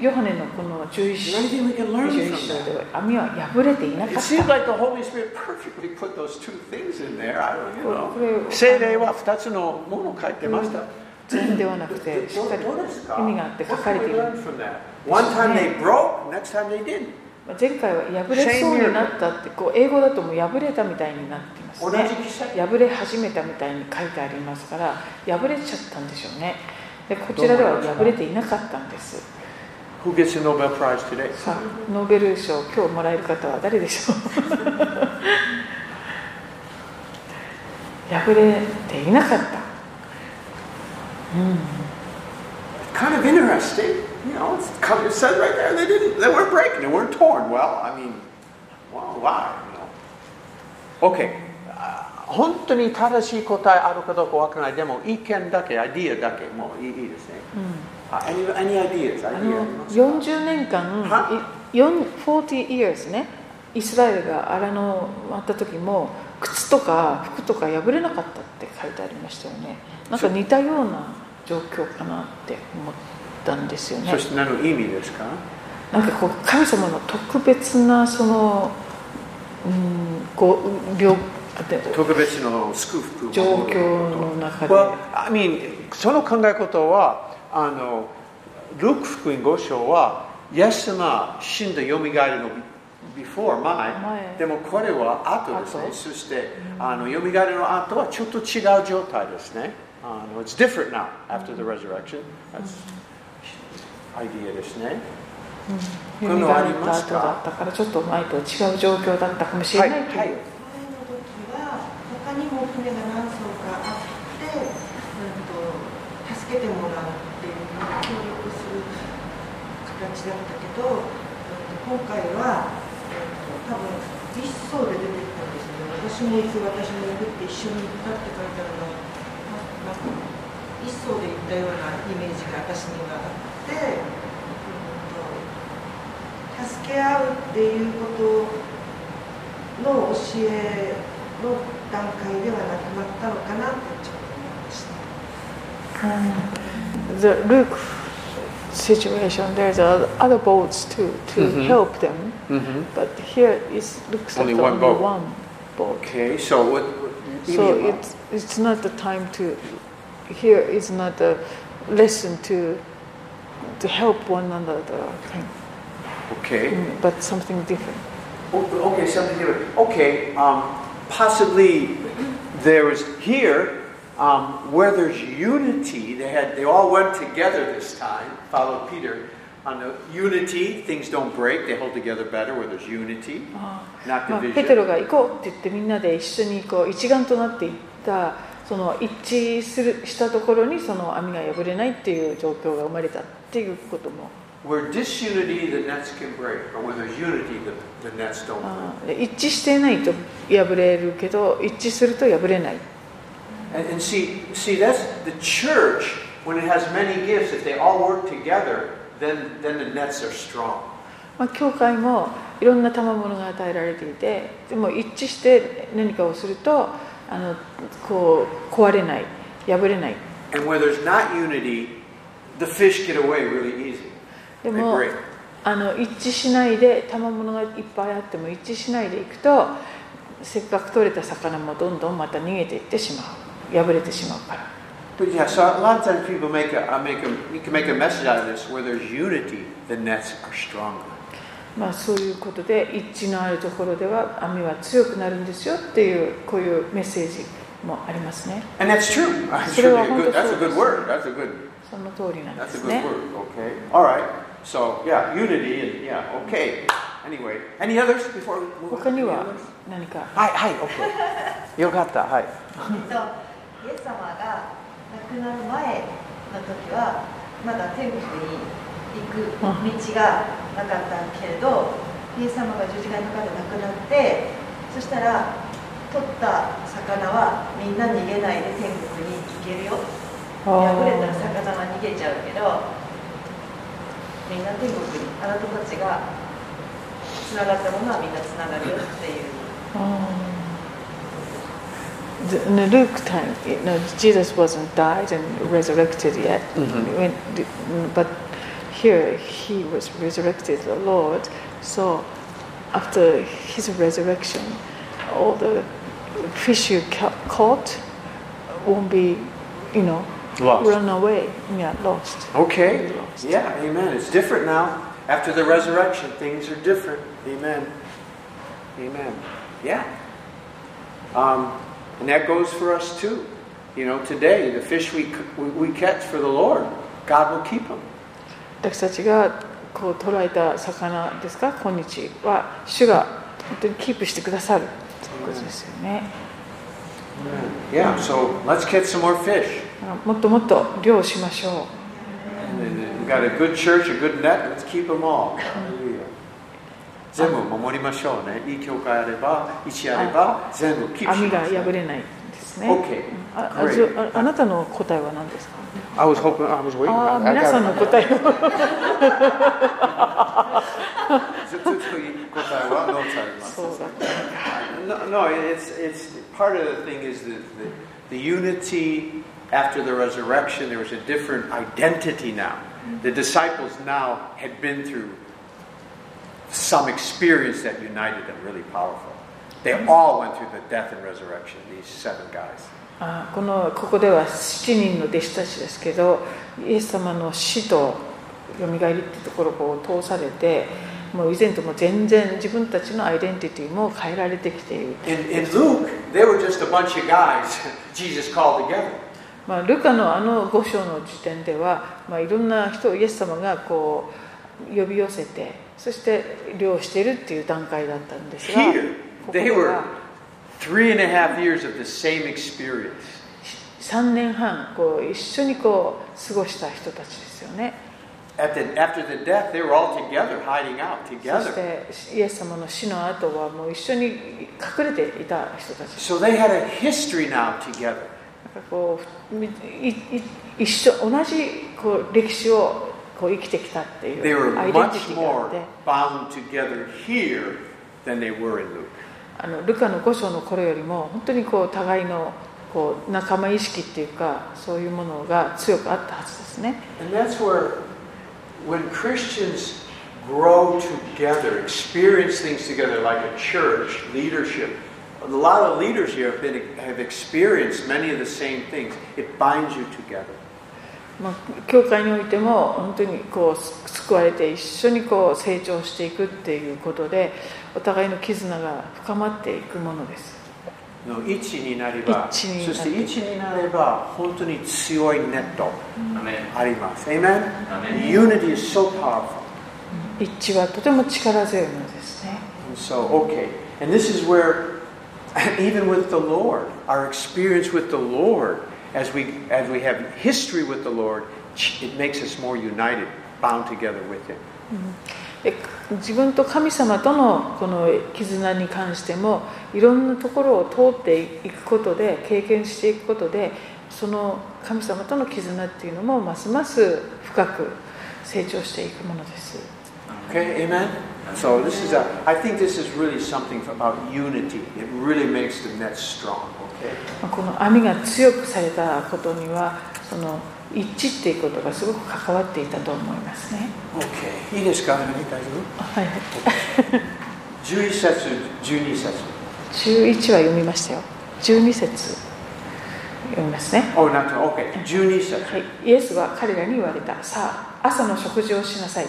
S2: ヨハネのこの11
S1: Is
S2: 章
S1: there anything we can learn
S2: 21
S1: from
S2: 章
S1: that?
S2: では網は破れていな
S1: It
S2: かった
S1: seems like the Holy Spirit perfectly put those two things in there. I don't, you
S2: これ
S1: know.
S2: これを
S1: 聖霊は二つのものを書いてました。
S2: 全ではなくてしっかり意味があって書かれている
S1: One time they broke, next time they didn't.
S2: 前回は破れそうになったってこう英語だともう破れたみたいになってます
S1: 同じ
S2: ね
S1: 奇跡
S2: 破れ始めたみたいに書いてありますから破れちゃったんでしょうねでこちらでは破れていなかったんです
S1: Who gets the Nobel Prize today?
S2: さあノーベル賞今日もらえる方は誰でしょう 破れていなかった、
S1: Kind of interesting. You know, it's kind of, it said right there they didn't, they weren't breaking, they weren't torn. Well, I mean, well, why? You know. Okay. uh, 本当に正しい答えあるかどうかわからない。でも意見だけ、アイディアだけ、もういいですね。Uh, any, any ideas?
S2: あ
S1: Idea?
S2: の
S1: Yes.
S2: 40年間
S1: はい
S2: 4 40 years ねイスラエルが荒野を割った時も靴とか服とか破れなかったって書いてありましたよねなんか似たような状況かなって思ったんですよね
S1: そして何の意味ですか
S2: なんかこう神様の特別なその、うん、ご病で
S6: 特別の祝福を
S2: 状況の中で、
S1: Well, I mean, その考え方は、あの、ルーク福音5章は、イエス様死んだよみがえるの before 前
S2: 前
S1: でもこれは後ですね。
S2: 後
S1: そして、あの、よみがえるの後はちょっと違う状態ですね。あの、it's different now after the resurrection. That's アイディアですね。
S2: 読みがえった後だったからちょっと前と違う状況だったかもしれないけど、
S1: はい。
S7: 前の時は他にも船が何艘かあって、うん、と助けてもらうっていうのを協力する形だったけど、うん、と今回は、うん、と多分1艘で出てきたんですけど私も行く私も行くって一緒に行ったって書いてあるのはなんか1艘で行ったようなイメージが私にはあって、うん、と助け合うっていうことをの教えの段階ではなくなったのかなってちょっと思いました。
S2: うん the Luke situation there's a- other boats to to
S1: Mhm.
S2: help them
S1: うん
S2: but here it looks like
S1: Only one
S2: only
S1: boat.
S2: one boat
S1: Okay, so what, what
S2: So
S1: mean,
S2: it's, it's not the time to, here is not a lesson to, to help one another, I think,
S1: okay.
S2: Mm, but something different.
S6: O- Oh, Okay, something different.
S1: Okay, um, possibly there is here um, where there's unity. They had they all went together this time. Followed Peter on the unity. Things don't break. They hold together better where there's unity,
S2: ま
S1: not
S2: あ、ペテ
S1: division.
S2: ロが行こうって言ってみんなで一緒に行こう一丸となっていったその一致するしたところにその網が破れないっていう状況が生まれたっていうことも
S6: Where disunity, the nets can break, or where there's unity, the, the nets don't
S2: あ
S6: break.
S2: ー一致していないと破れるけど一致すると破れない
S6: And, and see, see, that's the church. When it has many gifts, if they all work together, then then the nets are strong.
S2: まあ、教会もいろんな賜物が与えられていてでも一致して何かをするとあのこう壊れない破れない
S6: And where there's not unity, the fish get away really easy.
S2: で
S6: They
S2: も
S6: break.
S2: あの一致しないで賜物がいっぱいあっても一致しないでいくとせっかく取れた魚もどんどんまた逃げていってしまう破れてしまうから
S6: But yeah, so a lot of times people make a, I make a, you can make a message out of this where there's unity, the nets are stronger.
S2: まあそういうことで一致のあるところでは網は強くなるんですよっていうこういうメッセージもありますね
S6: And that's true. That's,
S2: Sure,
S6: really a good, that's a
S2: wonderful.
S6: good word. That's a good,
S2: その通りなんで
S6: that's a
S2: す
S6: good
S2: ね
S6: word. Okay. All right. So yeah, unity and yeah, okay. Anyway, any others before we move on?
S2: 他に
S6: Any
S2: は
S6: others?
S2: 何か
S6: Hi, hi, okay. You got that, hi.
S7: えっとイエス様が亡くなる前の時はまだ天国に行く道がなかったけれどイエス様が十字架の中で亡くなってそしたら取った魚はみんな逃げないで天国に行けるよ破れたら魚は逃げちゃうけどみんな天国にあなたたちがつながったものはみんなつながるよっていう
S2: The- in the Luke time, you know, Jesus wasn't died and resurrected yet. When the- but here he was resurrected, the Lord. So after his resurrection, all the fish you ca- caught won't be, you know,
S1: Lost.
S2: run away. Yeah, lost.
S6: Okay.
S2: Lost.
S6: Yeah, amen. It's different now. After the resurrection, things are different. Amen. Amen. Yeah. Um, and that goes for us too. You know, today, the fish we, we we catch for the Lord, God will keep them.
S2: 私たちがこう捉えた魚ですか今日は主が本当にキープしてくださるということですよね
S6: Yeah, so let's catch some more fish.
S2: だからもっともっと漁をしましょ
S6: And then we've got a good church, a good net, let's keep them all. Hallelujah.
S2: う
S6: 全部守りましょうね。いい教会あれば、一あれば、全部keep
S2: 網が破れないですね
S6: Okay.
S2: ああ
S6: Great.
S2: じゅああなたの答えは何ですか
S1: I was hoping I was waiting.
S2: あ
S1: I
S2: あ
S1: got
S2: 皆さん
S1: it.
S2: の答えは
S6: ずっと答えはノーツあります。
S2: そうだ
S6: No, no, it's, it's part of the thing is the, the, the unity after the resurrection, there was a different identity now. The disciples now had been through some experience that united them really powerful.
S1: They all went through the death and resurrection, these seven guys.
S2: あこのここでは7人の弟子たちですけどイエス様の死とよみがえりってところをこう通されてもう以前とも全然自分たちのアイデンティティも変えられてきている、
S1: In, in Luke, they were just a bunch of guys Jesus called together.
S2: まあ、ルカのあの5章の時点では、まあ、いろんな人をイエス様がこう呼び寄せてそして漁しているっていう段階だったんですが
S1: Here,
S2: ここで
S1: they
S2: は
S1: were three and a half years of the same experience.
S2: 3年半こう一緒にこう過ごした人たちですよね。
S1: At the, after the death, they were all together, hiding out
S2: そし
S1: together.
S2: てイエス様の死の後はもう一緒に隠れていた人たちです
S1: So they had a history now together.
S2: なんかこうみいい一緒同じこう歴史をこう生きてきたってい
S1: They were
S2: うアイデンテ
S1: much
S2: ィティがあって
S1: more bound together here than they were in Luke.
S2: あのルカの5章の頃よりも本当にこう互いのこう仲間意識っていうかそういうものが強くあったはずですね
S1: And that's where, when Christians grow together, experience things together, like a church, leadership, a lot of leaders here have, been, have experienced many of the same things. It binds you together.
S2: まあ、教会においても本当にこうす救われて一緒にこう成長していくっていうことでお互いの絆が深まっていくものです
S1: の一になれば、
S2: 一になって。
S1: そして一になれば、本当に強いネットあります。Amen?
S8: アメン Amen.
S1: Unity is so powerful.
S2: 一致はとても力強いものですね
S1: And so, okay. And this is where, even with the Lord, our experience with the Lord, as we, as we have history with the Lord, it makes us more united, bound together with Him.
S2: で自分と神様とのこの絆に関してもいろんなところを通っていくことで経験していくことでその神様との絆っていうのもますます深く成長していくものです
S1: Okay, amen? So this is a, I think this is really something about unity. It really makes the net strong, okay?
S2: この網が強くされたことにはその一致っていうことがすごく関わっていたと思いますね
S1: Okay. いいですか大丈夫
S2: はいはい
S1: 11節12節
S2: 11は読みましたよ12節読みますね
S1: Oh, not to, okay. 12節
S2: はい、イエスは彼らに言われた。さあ、朝の食事をしなさい。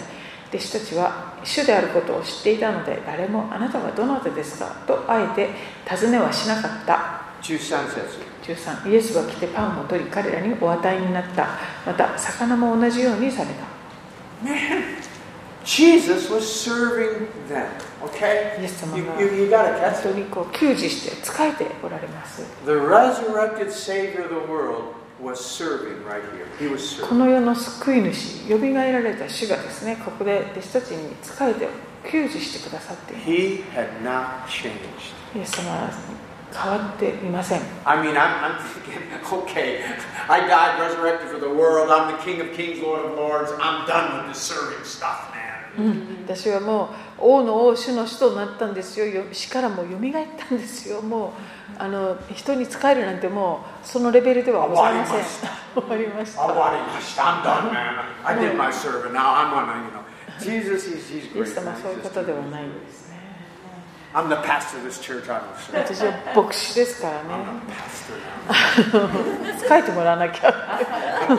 S2: 弟子たちは主であることを知っていたので、誰もあなたはどなたですかとあえて尋ねはしなかった。
S1: 13節
S2: 13イエスは来てパンを取り、彼らにお与えになった。また、魚も同じようにされた。
S1: Jesus was serving them, okay?
S2: イエス様
S1: You,
S2: が
S1: you, you gotta catch
S2: 本当
S1: it.
S2: にこう給仕して仕えておられます。
S1: The resurrected Savior of the world was serving right here. He was
S2: こ
S1: serving.
S2: の世の救い主、よみがえられた主がですね、ここで弟子たちに仕えて給仕してくださっています
S1: He had not changed.
S2: イエス様は変わっていません。
S1: I mean, I'm, I'm thinking, okay, I died resurrected for the world. I'm the King of Kings, Lord of Lords. I'm done with this serving stuff, man.
S2: 私はもう王の王主の主となったんですよよ死からもよみがえったんですよもうあの人に仕えるなんてもうそのレベルではございません終わりました
S1: I wanted I'm done, man. I did my serving. Now I'm gonna, you know. Jesus, he's, he's
S2: イエ
S1: great.
S2: ス様は
S1: man.
S2: そういう
S1: He's
S2: こ
S1: just-
S2: とではないですね
S1: I'm the pastor of this church. I'm the servant.
S2: 私は牧師ですからね
S1: I'm the pastor now.
S2: 仕えてもらわなきゃ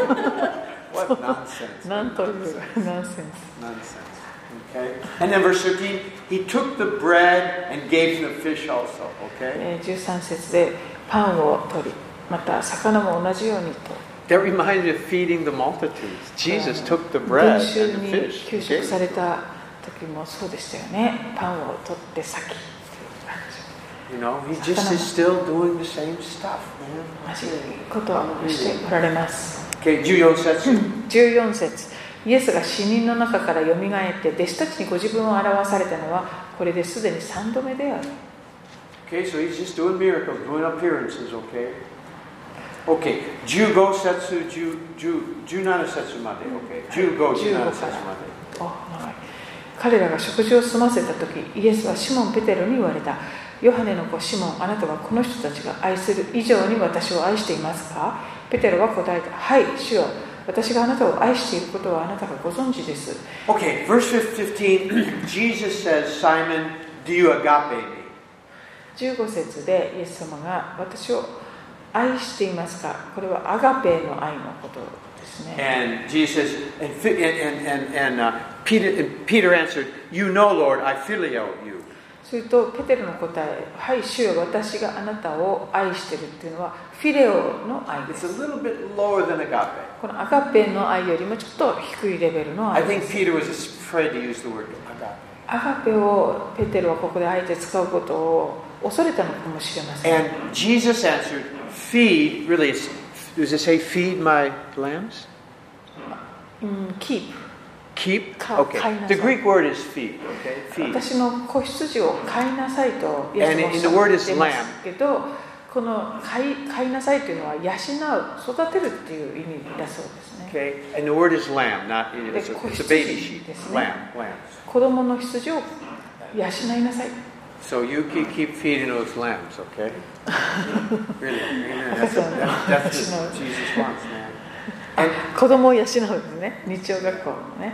S1: What nonsense.
S2: なんという ナンセンス
S1: Nonsense. Okay? And then verse 13, he took the bread and gave the fish also. Okay?
S2: えー13節でパンを取りまた魚も同じようにと
S1: That reminds me of feeding the multitudes. Jesus took the
S2: 群
S1: bread
S2: 衆
S1: and the
S2: に
S1: fish.
S2: 給
S1: and gave it
S2: 食
S1: uh,
S2: さ
S1: to
S2: れ
S1: them.
S2: た時もそうでしたよねパンを取って先っていう感じ
S1: You know, he just is still doing the same stuff, man.
S2: 同じことをしておられます。
S1: Okay, 14節。
S2: 14節イエスが死人の中からよみがえって弟子たちにご自分を表されたのはこれですでに3度目である。
S1: Okay, so he's just doing miracles, doing appearances, okay? Okay, Jugo Setsu, Ju, Ju, Junana Setsu Mate, okay? Jugo, Junana Setsu Mate.
S2: お長い彼らが食事を済ませた時イエスはシモン・ペテロに言われた。ヨハネの子シモンあなたはこの人たちが愛する以上に私を愛していますかペテロは答えた。はい、主よ私があなたを愛していることはあなたがご存知です。
S1: Okay, verse 15, Jesus says, Simon, do you agape me?
S2: 15節でイエス様が私を愛していますかこれはアガペーの愛のことですね。
S1: And Jesus and fi- and and and, and uh, Peter and Peter answered, "You know, Lord, I filio you."
S2: するとペテロの答え「はい主よ私があなたを愛してる」っていうのはフィレオの愛で
S1: It's a
S2: す
S1: little bit lower than agape.
S2: このアガペの愛よりもちょっと低いレベルの
S1: I
S2: 愛で
S1: think
S2: す
S1: Peter was afraid to use the word agape.
S2: アガペをペテロはここであえて使うことを恐れたのかもしれません
S1: And Jesus answered, "Feed." Really, it's, does it say "feed my lambs"?
S2: うんキー
S1: Keep.
S2: Ka-
S1: Okay.
S2: kainasai.
S1: The Greek word is feed. Okay.
S2: プ
S1: Feed.
S2: 私の子羊を飼いなさいとイエス
S1: And in
S2: も
S1: the
S2: おっしゃって
S1: word
S2: ま
S1: is
S2: すけどこの飼い飼いなさいというのは養う育てるっていう意味だそうですね
S1: Okay. And the word is lamb, not it's a, it's a baby sheep. Lamb. Lamb.
S2: 子供の羊を養いなさい
S1: So you keep, keep feeding those lambs, okay? really, amen. That's,
S2: Awesome.
S1: that's, that's what Jesus wants, man.
S2: 子供を養うんですね日曜学校のね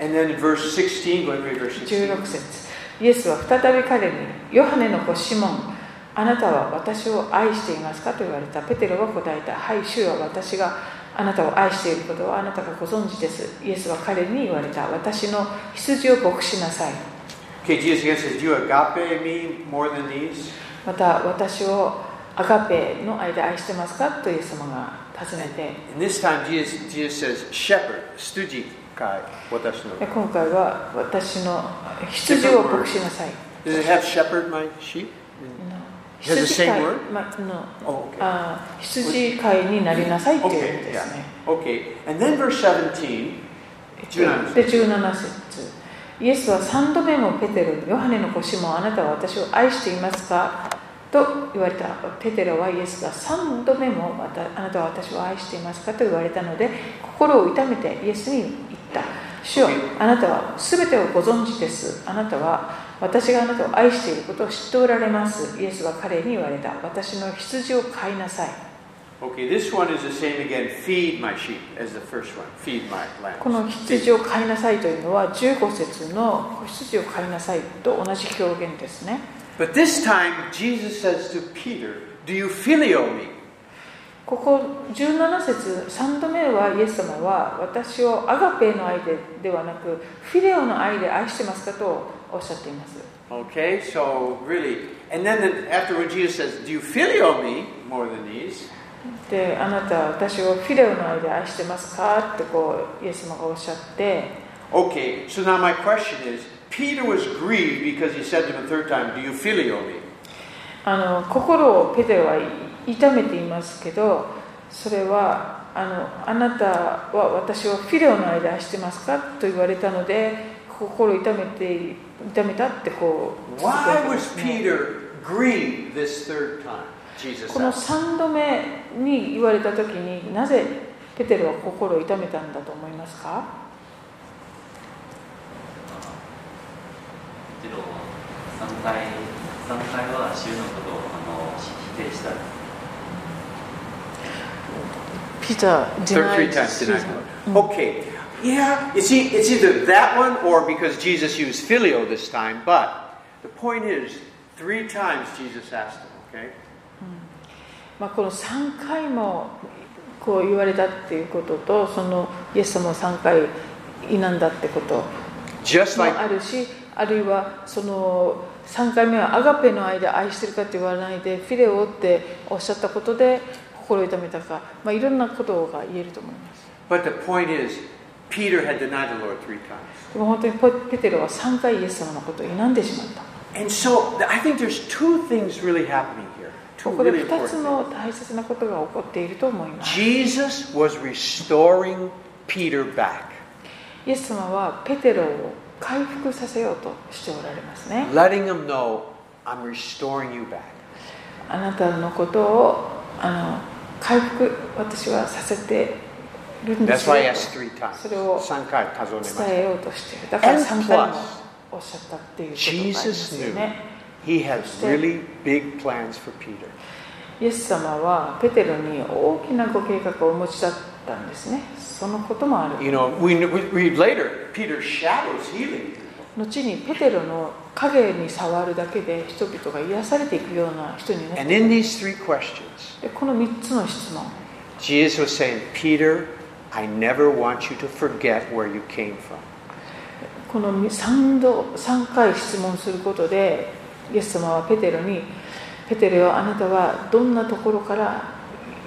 S1: And then in verse 16, go ahead and read verse 16.
S2: 16節イエスは再び彼にヨハネの子シモンあなたは私を愛していますかと言われたペテロは答えたはい主は私があなたを愛していることはあなたがご存知ですイエスは彼に言われた私の羊を牧しなさい
S1: Okay, Jesus again says, Do you agape me more than these?
S2: また私をアガペの間愛してますかとイエス様が尋ねて
S1: And this time, Jesus, Jesus says, Shepherd, stuji kai, watashi
S2: で
S1: no.
S2: 今回は私の羊を牧しなさい
S1: Does it have shepherd, my sheep?
S2: の
S1: Has the
S2: 羊
S1: same
S2: 飼い
S1: word?
S2: まあの
S1: Oh, okay.
S2: あー羊飼いになりなさいっていう意
S1: Okay,
S2: 味ですね
S1: yeah.。Okay, and then verse 17, 17
S2: で17節イエスは3度目もペテロにヨハネの子シモンあなたは私を愛していますかと言われたペテロはイエスが3度目もまたあなたは私を愛していますかと言われたので心を痛めてイエスに言った主よあなたは全てをご存知ですあなたは私があなたを愛していることを知っておられますイエスは彼に言われた私の羊を飼いなさい
S1: Okay, this one is the same again. Feed my sheep as the first one. Feed my
S2: こ
S1: lambs.
S2: の羊を飼いなさいというのは15節の子羊を飼いなさいと同じ表現ですね
S1: But this time, Jesus says to Peter, Do you filio me?
S2: ここ17節3度目はイエス様は私をアガペーの愛でではなくフィレオの愛で愛してますかとおっしゃっています
S1: Okay, so really. And then the, after when Jesus says, Do you filio me more than these?
S2: であなたは私をフィレオの愛で愛してますかってこうイエス様がおっしゃって
S1: Okay, so now my question is Peter was grieved because he said to him a third time, Do you filio me?
S2: あの心をペテロは痛めていますけどそれはあのあなたは私をフィレオの間愛してますかと言われたので心を痛めて痛めたってこう続けて
S1: Why
S2: ま
S1: was
S2: すね
S1: Peter grieved this third time? Jesus
S2: この
S1: asked.
S2: 3度目に言われた時になぜペテロは心を痛めたんだと思いますか
S8: ペテロは3回三回は主のことをあの否定した
S2: ピザ
S1: Third, three times denied. Okay. Yeah, it's, e- it's either that one or because Jesus used filio this time, but the point is, three times Jesus asked him, okay?
S2: まあ、この3回もこう言われたっていうこととそのイエス様を3回否んだってことも
S1: Just like,
S2: あるしあるいはその3回目はアガペの間愛してるかって言わないでフィレオっておっしゃったことで心を痛めたか、まあ、いろんなことが言えると思います
S1: but the point is, Peter had denied the Lord three times.
S2: でも本当にポペテロは3回イエス様のことを否んでしまった
S1: And so th- I think there's two things really happening here. Two
S2: ここで
S1: really
S2: 2
S1: important
S2: つ
S1: things.
S2: の大切なことが起こっていると思います
S1: Jesus was restoring Peter back,
S2: イエス様はペテロを回復させようとしておられますね
S1: letting him know, I'm restoring you back.
S2: あなたのことをあの回復私はさせてるんです
S1: That's
S2: よ
S1: why I asked three times.
S2: それを
S1: 三回数えました。
S2: 伝えようとしているだから
S1: And
S2: 3回も
S1: plus,
S2: おっしゃったっていうことがあります
S1: Jesus
S2: よ
S1: knew
S2: ね
S1: he had really big plans for Peter.
S2: イエス様はペテロに大きなご計画をお持ちだったんですねそのこともある
S1: You know, we, we read later, Peter shadows healing.
S2: 後にペテロの影に触るだけで人々が癒されていくような人になっ
S1: And
S2: て
S1: in these three questions,
S2: でこの3つの質問
S1: Jesus was saying, Peter, I never want you to forget where you came from.
S2: この3度3回質問することでイエス様はペテロに「ペテロよあなたはどんなところから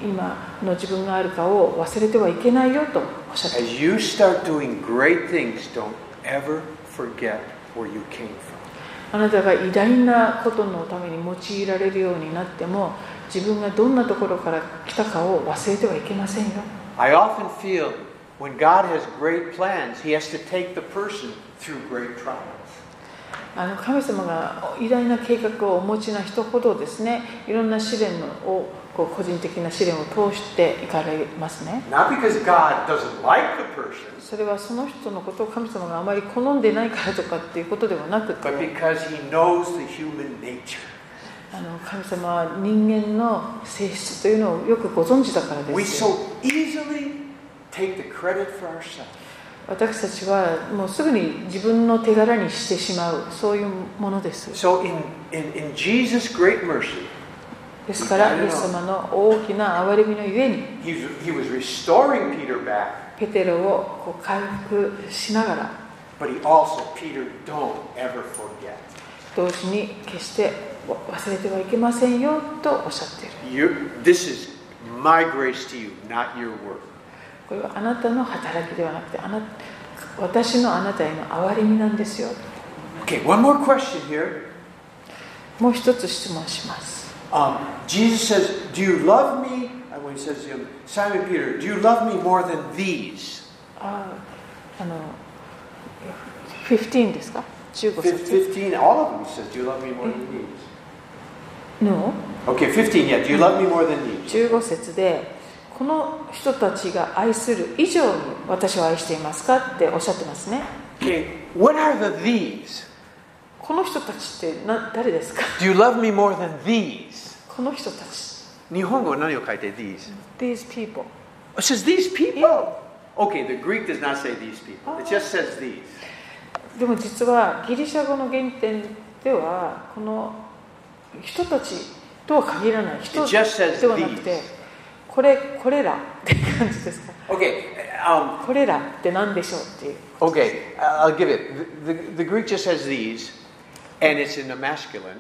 S2: 今の自分があるかを忘れてはいけないよ」とおっしゃっていま
S1: As you start doing great things, don't ever forget where you came from.
S2: すあなたが偉大なことのために用いられるようになっても自分がどんなところから来たかを忘れてはいけませんよ
S1: I often feel when God has great plans, He has to take the person through great trials.
S2: あの神様が偉大な計画をお持ちな人ほどですねいろんな試練をこう個人的な試練を通していかれますね
S1: Not because God doesn't like the person,
S2: それはその人のことを神様があまり好んでないからとかっていうことではなくて
S1: but because He knows the human nature.
S2: あの神様は人間の性質というのをよくご存知だから
S1: We
S2: ですよ
S1: so easily take the credit for ourselves.
S2: 私たちはもうすぐに自分の手柄にしてしまうそういうものです
S1: So, in, in, in Jesus' great mercy,
S2: ですからイエス様の大きな憐れみのゆえに
S1: he, he was restoring Peter back,
S2: ペテロをこう回復しながら
S1: but He also, Peter, don't ever forget.
S2: 同時に決して忘れてはいけませんよとおっしゃっている
S1: You, this is my grace to you, not your work.
S2: これはあなたの働きではなくてあな私のあなたへの憐れみなんですよ
S1: Okay, one more question here.
S2: もう一つ質問します。
S1: Um, Jesus says, Do you love me? Uh, When he says to him, Simon Peter, do you love me more than these?
S2: ああの15ですか ?15
S1: Fif-
S2: 節。
S1: 15, all of them, he says, Do you love me more than these?
S2: No?
S1: Okay, 15, yeah, do you love me more than these?
S2: 15節で、この人たちが愛する以上に私を愛していますかっておっしゃってますね。
S1: Okay, what are the these?
S2: この人たちってな誰ですか
S1: Do you love me more than these?
S2: この人たち。
S1: 日本語何を書いて these?
S2: These people.
S1: It says these people. Okay, the Greek does not say these people. It just says these.
S2: でも実はギリシャ語の原点では、この人たちとは限らない。人
S1: It just says
S2: ではなくて
S1: these.、
S2: これ、これらって感じですか
S1: Okay, um,
S2: これらって何でしょうっていう。
S1: okay, I'll give it. The, the, the Greek just says these, and it's in the masculine.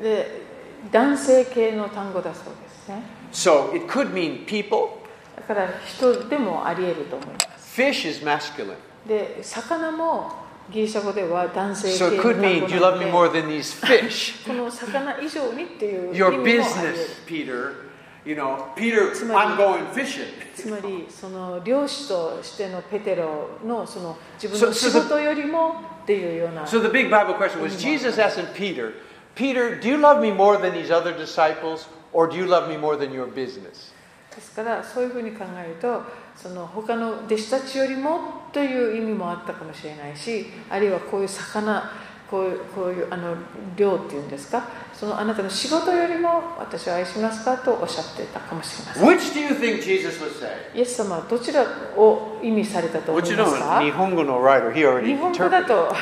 S2: で男性系の単語だそうですね
S1: So it could mean people.
S2: だから人でもありえると思います
S1: Fish is masculine.
S2: で魚もギリシャ語では男性系
S1: So
S2: の
S1: it could
S2: 単語な
S1: mean,
S2: の
S1: do you love me
S2: で
S1: more than these fish?
S2: この魚以上にっていう意味もあり
S1: Your
S2: える
S1: business, Peter. You know, Peter, I'm
S2: Somebody-
S1: going fishing.
S2: つまりその漁師としてのペテロのその自分
S1: So-
S2: の
S1: so
S2: 仕
S1: the-
S2: 事よりもっていうような
S1: So the big Bible question was Jesus asking Peter, Peter, do you love me more than these other disciples, or do you love me more than your business?
S2: ですからそういうふうに考えるとその他の弟子たちよりもという意味もあったかもしれないしあるいはこういう魚こういうこういうあの漁っていうんですかそのあなたの仕事よりも私を愛しますかとおっしゃってたかもしれません
S1: Which do you think Jesus was saying?
S2: イエス様はどちらを意味されたと思いますか
S1: Nihongo writer, he
S2: 日
S1: already
S2: 本語だ
S1: interpreted.
S2: と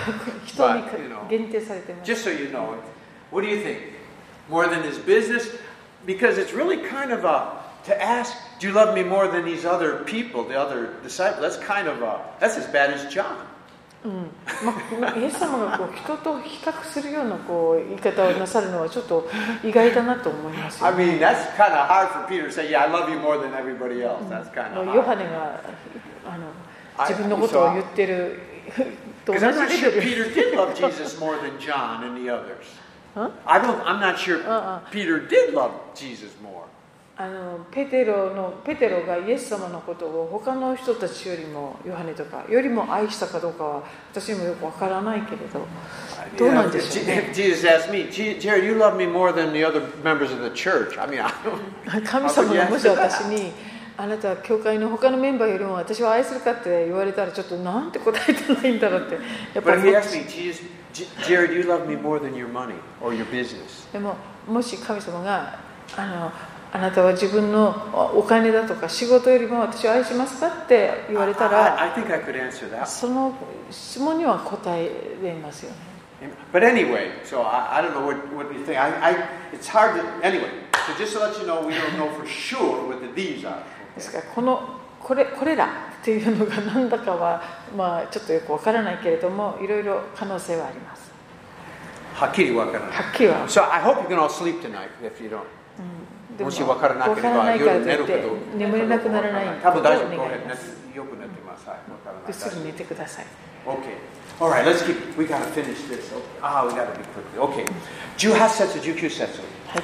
S2: 人に
S1: But, you know,
S2: 限定されています
S1: Just so you know it, what do you think? More than his business? Because it's really kind of a to ask, do you love me more than these other people, the other disciples? That's kind of a that's as bad as John.
S2: まあ、イエス様がこう人と比較するようなこう言い方をなさるのはちょっと意外だなと思いますよ
S1: I mean, that's kind of hard for Peter to say, yeah, I love you more than everybody else. That's kind
S2: あの
S1: of
S2: ヨハ
S1: hard.
S2: ネがあの
S1: I-
S2: 自分のことを言ってると
S1: Because
S2: 同じ
S1: I'm not sure
S2: 種
S1: Peter
S2: 類
S1: did love Jesus more than John and the others.
S2: Huh?
S1: I don't. I'm not sure
S2: Uh-uh.
S1: Peter did love Jesus more.
S2: あのペテロのペテロがイエス様のことを他の人たちよりもヨハネとかよりも愛したかどうかは私にもよくわからないけれど
S1: You
S2: どうな
S1: know,
S2: んでしょうね
S1: if Jesus asked me, "Je- Jerry, you love me more than the other members of the church. I mean, I don't
S2: 神様がもし私にあなたは教会の他のメンバーよりも私を愛するかって言われたらちょっとなんて答えてないんだろうってやっぱ
S1: But if
S2: り
S1: he asked me, Jesus, J- Jared, you love me more than your money or your business.
S2: でももし神様があのあなたは自分のあお金だとか仕事よりも私を愛しますかって言われた
S1: I, I
S2: ら
S1: I think I could answer that.
S2: その質問には答えれますよね
S1: But anyway, so I, I don't know what, what you think. I, I, it's hard to. Anyway, so just to let you know, we don't know for sure what the these are.
S2: ですからこのこれこれらっていうのが何だかは、まあ、ちょっとよくわからないけれどもいろいろ可能性はあります
S1: Hakiri
S2: はっきりは
S1: So I hope you can all sleep tonight if you don't.
S2: で
S1: もし分からなければ
S2: わからないからとい
S1: 夜
S2: っ
S1: 寝るかどう
S2: て眠れなくならないことをお願いしますぐっすり寝てください
S1: Okay. All right, let's keep. We gotta finish this. Okay. Ah, we gotta be quickly. Okay. Juhasetsu, Jukusetsu.
S2: はい、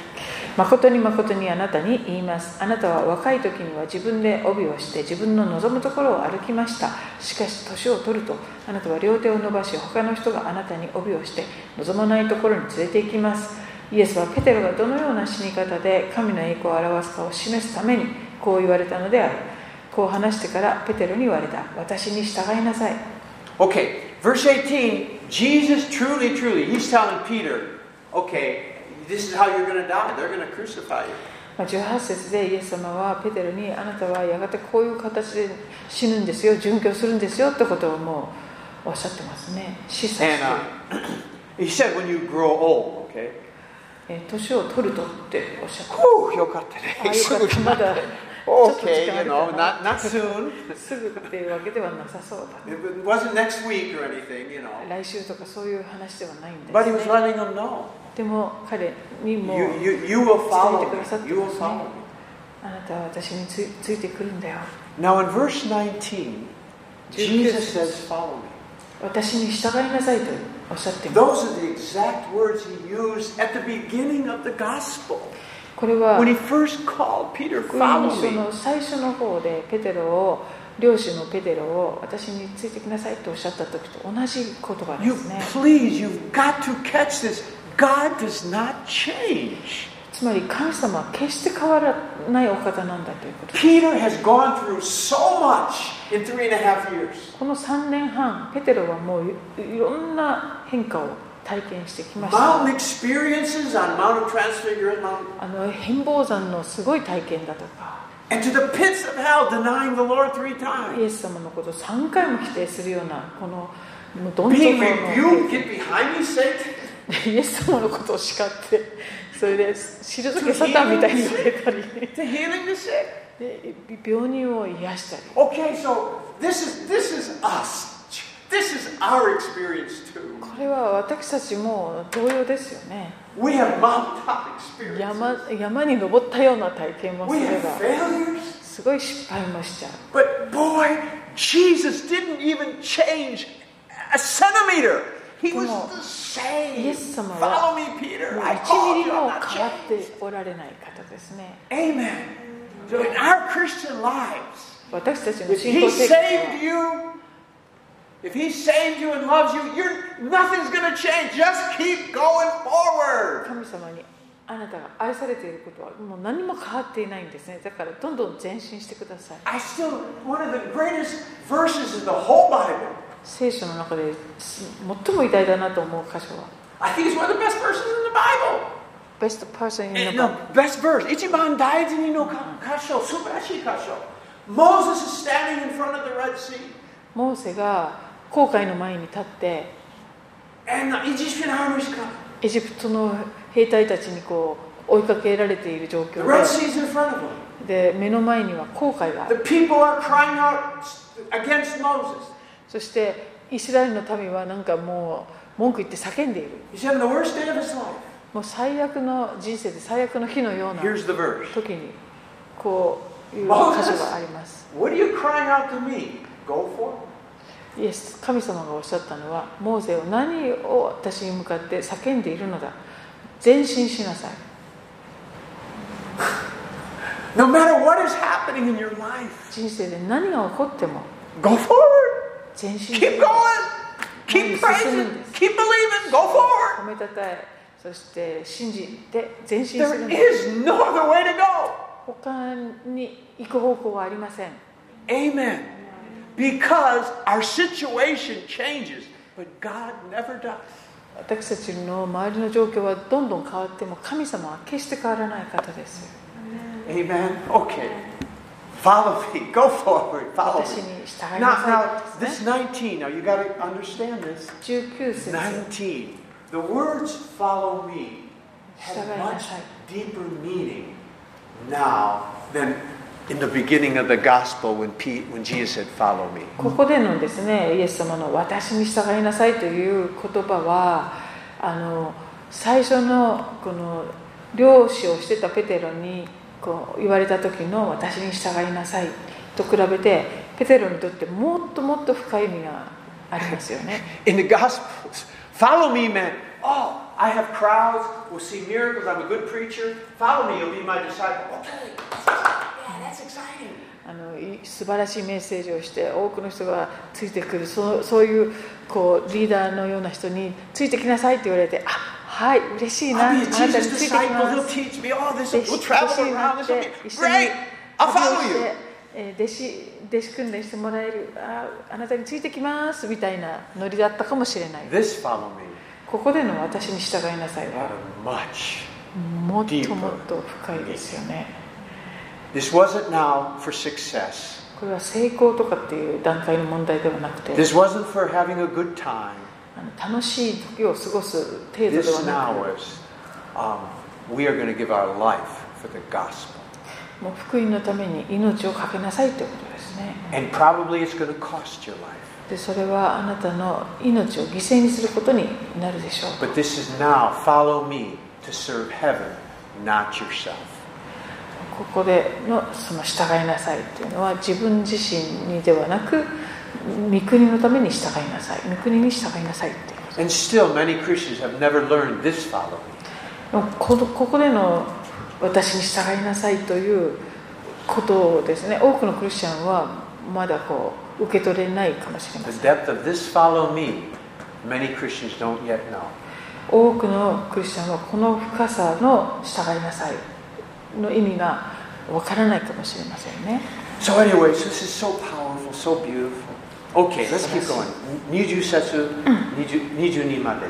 S2: 誠に誠にあなたに言いますあなたは若い時には自分で帯をして自分の望むところを歩きましたしかし年を取るとあなたは両手を伸ばし他の人があなたに帯をして望まないところに連れて行きますイエスはペテロがどのような死に方で神の栄光を表すかを示すためにこう言われたのであるこう話してからペテロに言われた私に従いなさい
S1: Okay, verse 18. Jesus truly, truly, he's telling Peter, okay, this is how you're gonna die. They're gonna crucify you.
S2: まあ18節でイエス様はペテロにあなたはやがてこういう形で死ぬんですよ殉教するんですよってことをもうおっしゃってますね示唆して
S1: And uh, he said, when you grow old, okay.
S2: えー年を取るとっておっしゃってま
S1: Whew, よかったね。
S2: すあよかったま
S1: okay,
S2: だちょっと時間あ
S1: you
S2: るか
S1: know,
S2: ら
S1: not not soon.
S2: すぐっていうわけではなさそうだ
S1: It wasn't next week or anything, you know.
S2: 来週とかそういう話ではないんで
S1: But he
S2: す、
S1: was
S2: ね、
S1: letting them know.
S2: でも彼にも
S1: You, you, you will follow
S2: 伝えてくださっ
S1: me.
S2: てますね
S1: You will follow me.
S2: あなたは私につついてくるんだよ
S1: Now in verse 19, Jesus says, Follow me.
S2: 私に従いなさいとおっしゃっています
S1: Those are the exact words he used at the beginning of the gospel.
S2: これは
S1: When he first called Peter,
S2: 福音
S1: Follow
S2: 書
S1: me.
S2: の最初の方でペテロを漁師のペテロを私についてきなさいとおっしゃった時と同じ言葉で
S1: You
S2: すね
S1: please, you've got to catch this. God does not change.
S2: つまり神様は決して変わらないお方なんだということです
S1: Peter has gone through so much in three and a half years.
S2: この3年半ペテロはもういいろんな変化を体験してきました
S1: Mountain experiences on Mount of Transfiguration, Mount-
S2: あの変貌山のすごい体験だとか
S1: and to the pits of hell, denying the Lord three
S2: イ
S1: times.
S2: エス様のことを3回も否定するようなこのもうどん底
S1: Being
S2: の
S1: rebuked, get behind me, Satan.
S2: イエス様のことを叱ってそれで退けサタンみたいに言われたり
S1: to healing the sick.
S2: で病人を癒したり
S1: Okay, so this is this is us. This is our experience too.
S2: これは私たちも同様ですよね
S1: We have mountaintop experiences.
S2: 山山に登ったような体験も
S1: We
S2: すれ
S1: have
S2: ば
S1: failures.
S2: すごい失敗もしちゃう
S1: But boy, Jesus didn't even change a centimeter. He was
S2: Come on.
S1: the same.
S2: イエス様
S1: Follow
S2: は
S1: me, Peter.
S2: もう
S1: I
S2: 1
S1: called
S2: ミ
S1: you.
S2: リ
S1: I'm
S2: も
S1: not
S2: 変わ
S1: changed.
S2: っておられない方ですね
S1: Amen. So in our Christian lives,
S2: 私たちの
S1: if
S2: 信仰
S1: He
S2: 生活は
S1: saved you, if He saved you and loves you, you're nothing's going to change. Just keep going forward.
S2: 神様にあなたが愛されていることはもう何も変わっていないんですねだからどんどん前進してください
S1: I still, one of the greatest verses in the whole Bible.
S2: 聖書の中です最も偉大だなと思う箇所は
S1: I think it's one of the best verses in the Bible.
S2: Best person in the
S1: Eh,
S2: Bible
S1: No, best verse. 一番大事にの箇所、素晴らしい箇所。Moses is standing in front of the Red Sea,
S2: モーセが航海の前に立って
S1: and the Egyptian armies come.
S2: エジプトの兵隊たちにこう追いかけられている状
S1: The Red
S2: 況
S1: Sea is in front of them.
S2: でで目の前には航海があ
S1: The
S2: る
S1: people are crying out against Moses.
S2: そしてイスラエルの民はなんかもう文句言って叫んでいる
S1: He's having the worst day of his life.
S2: もう最悪の人生で最悪の日のような
S1: the verse.
S2: 時にこういう箇所があります
S1: What are you crying out to me? Go for it.
S2: イエス神様がおっしゃったのはモーセを何を私に向かって叫んでいるのだ前進しなさい
S1: No matter what is happening in your life,
S2: 人生で何が起こっても
S1: go forward.
S2: 前進し
S1: Keep
S2: な
S1: going.
S2: さい
S1: Keep praising. Keep believing. Go forward.
S2: 褒めたたえそして信じて前進する
S1: There
S2: んだ
S1: is no other way to go.
S2: 他に行く方向はありません
S1: Amen. Because our situation changes, but God never does.
S2: 私たちの周りの状況はどんどん変わっても神様は決して変わらない方です
S1: Amen. Okay. Follow me. Go forward. Follow
S2: 私
S1: me.
S2: に従い
S1: Now, now
S2: なさいで
S1: this
S2: すね。
S1: 19. Now you got to understand this.
S2: 19節、
S1: 19. The words "follow me"
S2: 従
S1: have
S2: いな
S1: much
S2: さい。
S1: deeper meaning now than in the beginning of the gospel when Pete, when Jesus said, "Follow me."
S2: ここでのですね、イエス様の私に従いなさいという言葉は、あの最初のこの漁師をしてたペテロにこう言われた時の私に従いなさいと比べて、ペテロにとってもっともっと深い意味がありますよね。
S1: In the gospels, "Follow me" meant, "Oh, I have crowds. We'll see miracles. I'm a good preacher. Follow me. You'll be my disciple." Okay. Yeah, that's exciting.
S2: あのい素晴らしいメッセージをして多くの人がついてくるそうそういうこうリーダーのような人についてきなさいって言われてあはい嬉しいなあ
S1: I'll
S2: な
S1: be a
S2: たにつ
S1: Jesus
S2: いてき
S1: disciple.
S2: ま
S1: He'll
S2: す
S1: teach me. Oh, this is, we'll
S2: 弟子弟子
S1: travel
S2: にな
S1: around.
S2: っ
S1: This will
S2: て
S1: be
S2: 一緒に
S1: great. I'll
S2: 旅を
S1: follow
S2: し
S1: you.
S2: てえー弟子弟子訓練してもらえるああなたについてきますみたいなノリだったかもしれない
S1: This "Follow me"
S2: ここでの私に従いなさい
S1: had
S2: は
S1: a much
S2: もっともっと深いですよね
S1: This wasn't now for success.
S2: これは成功とかっていう段階の問題ではなくて
S1: This wasn't for having a good time.
S2: あの楽しい時を過ごす程度で
S1: This
S2: はな
S1: now
S2: く
S1: is um, we are going to give our life for the gospel.
S2: もう福音のために命を懸けなさいということですね
S1: And probably it's going to cost your life.
S2: でそれはあなたの命を犠牲にすることになるでしょう
S1: But this is now follow me to serve heaven, not yourself.
S2: ここでのその従いなさいっていうのは自分自身にではなく御国のために従いなさい御国に従いなさいっていう
S1: And still, many Christians have never learned this follow me.
S2: でもこのここでの私に従いなさいということをですね多くのクリスチャンはまだこう受け取れないかもしれません
S1: The depth of this follow me, many Christians don't yet know.
S2: 多くのクリスチャンはこの深さの従いなさいの意味がわからないかもしれませんね
S1: So, anyways, this is so powerful, so beautiful. Okay, let's keep going. Niju setsu, niju, niju ni made.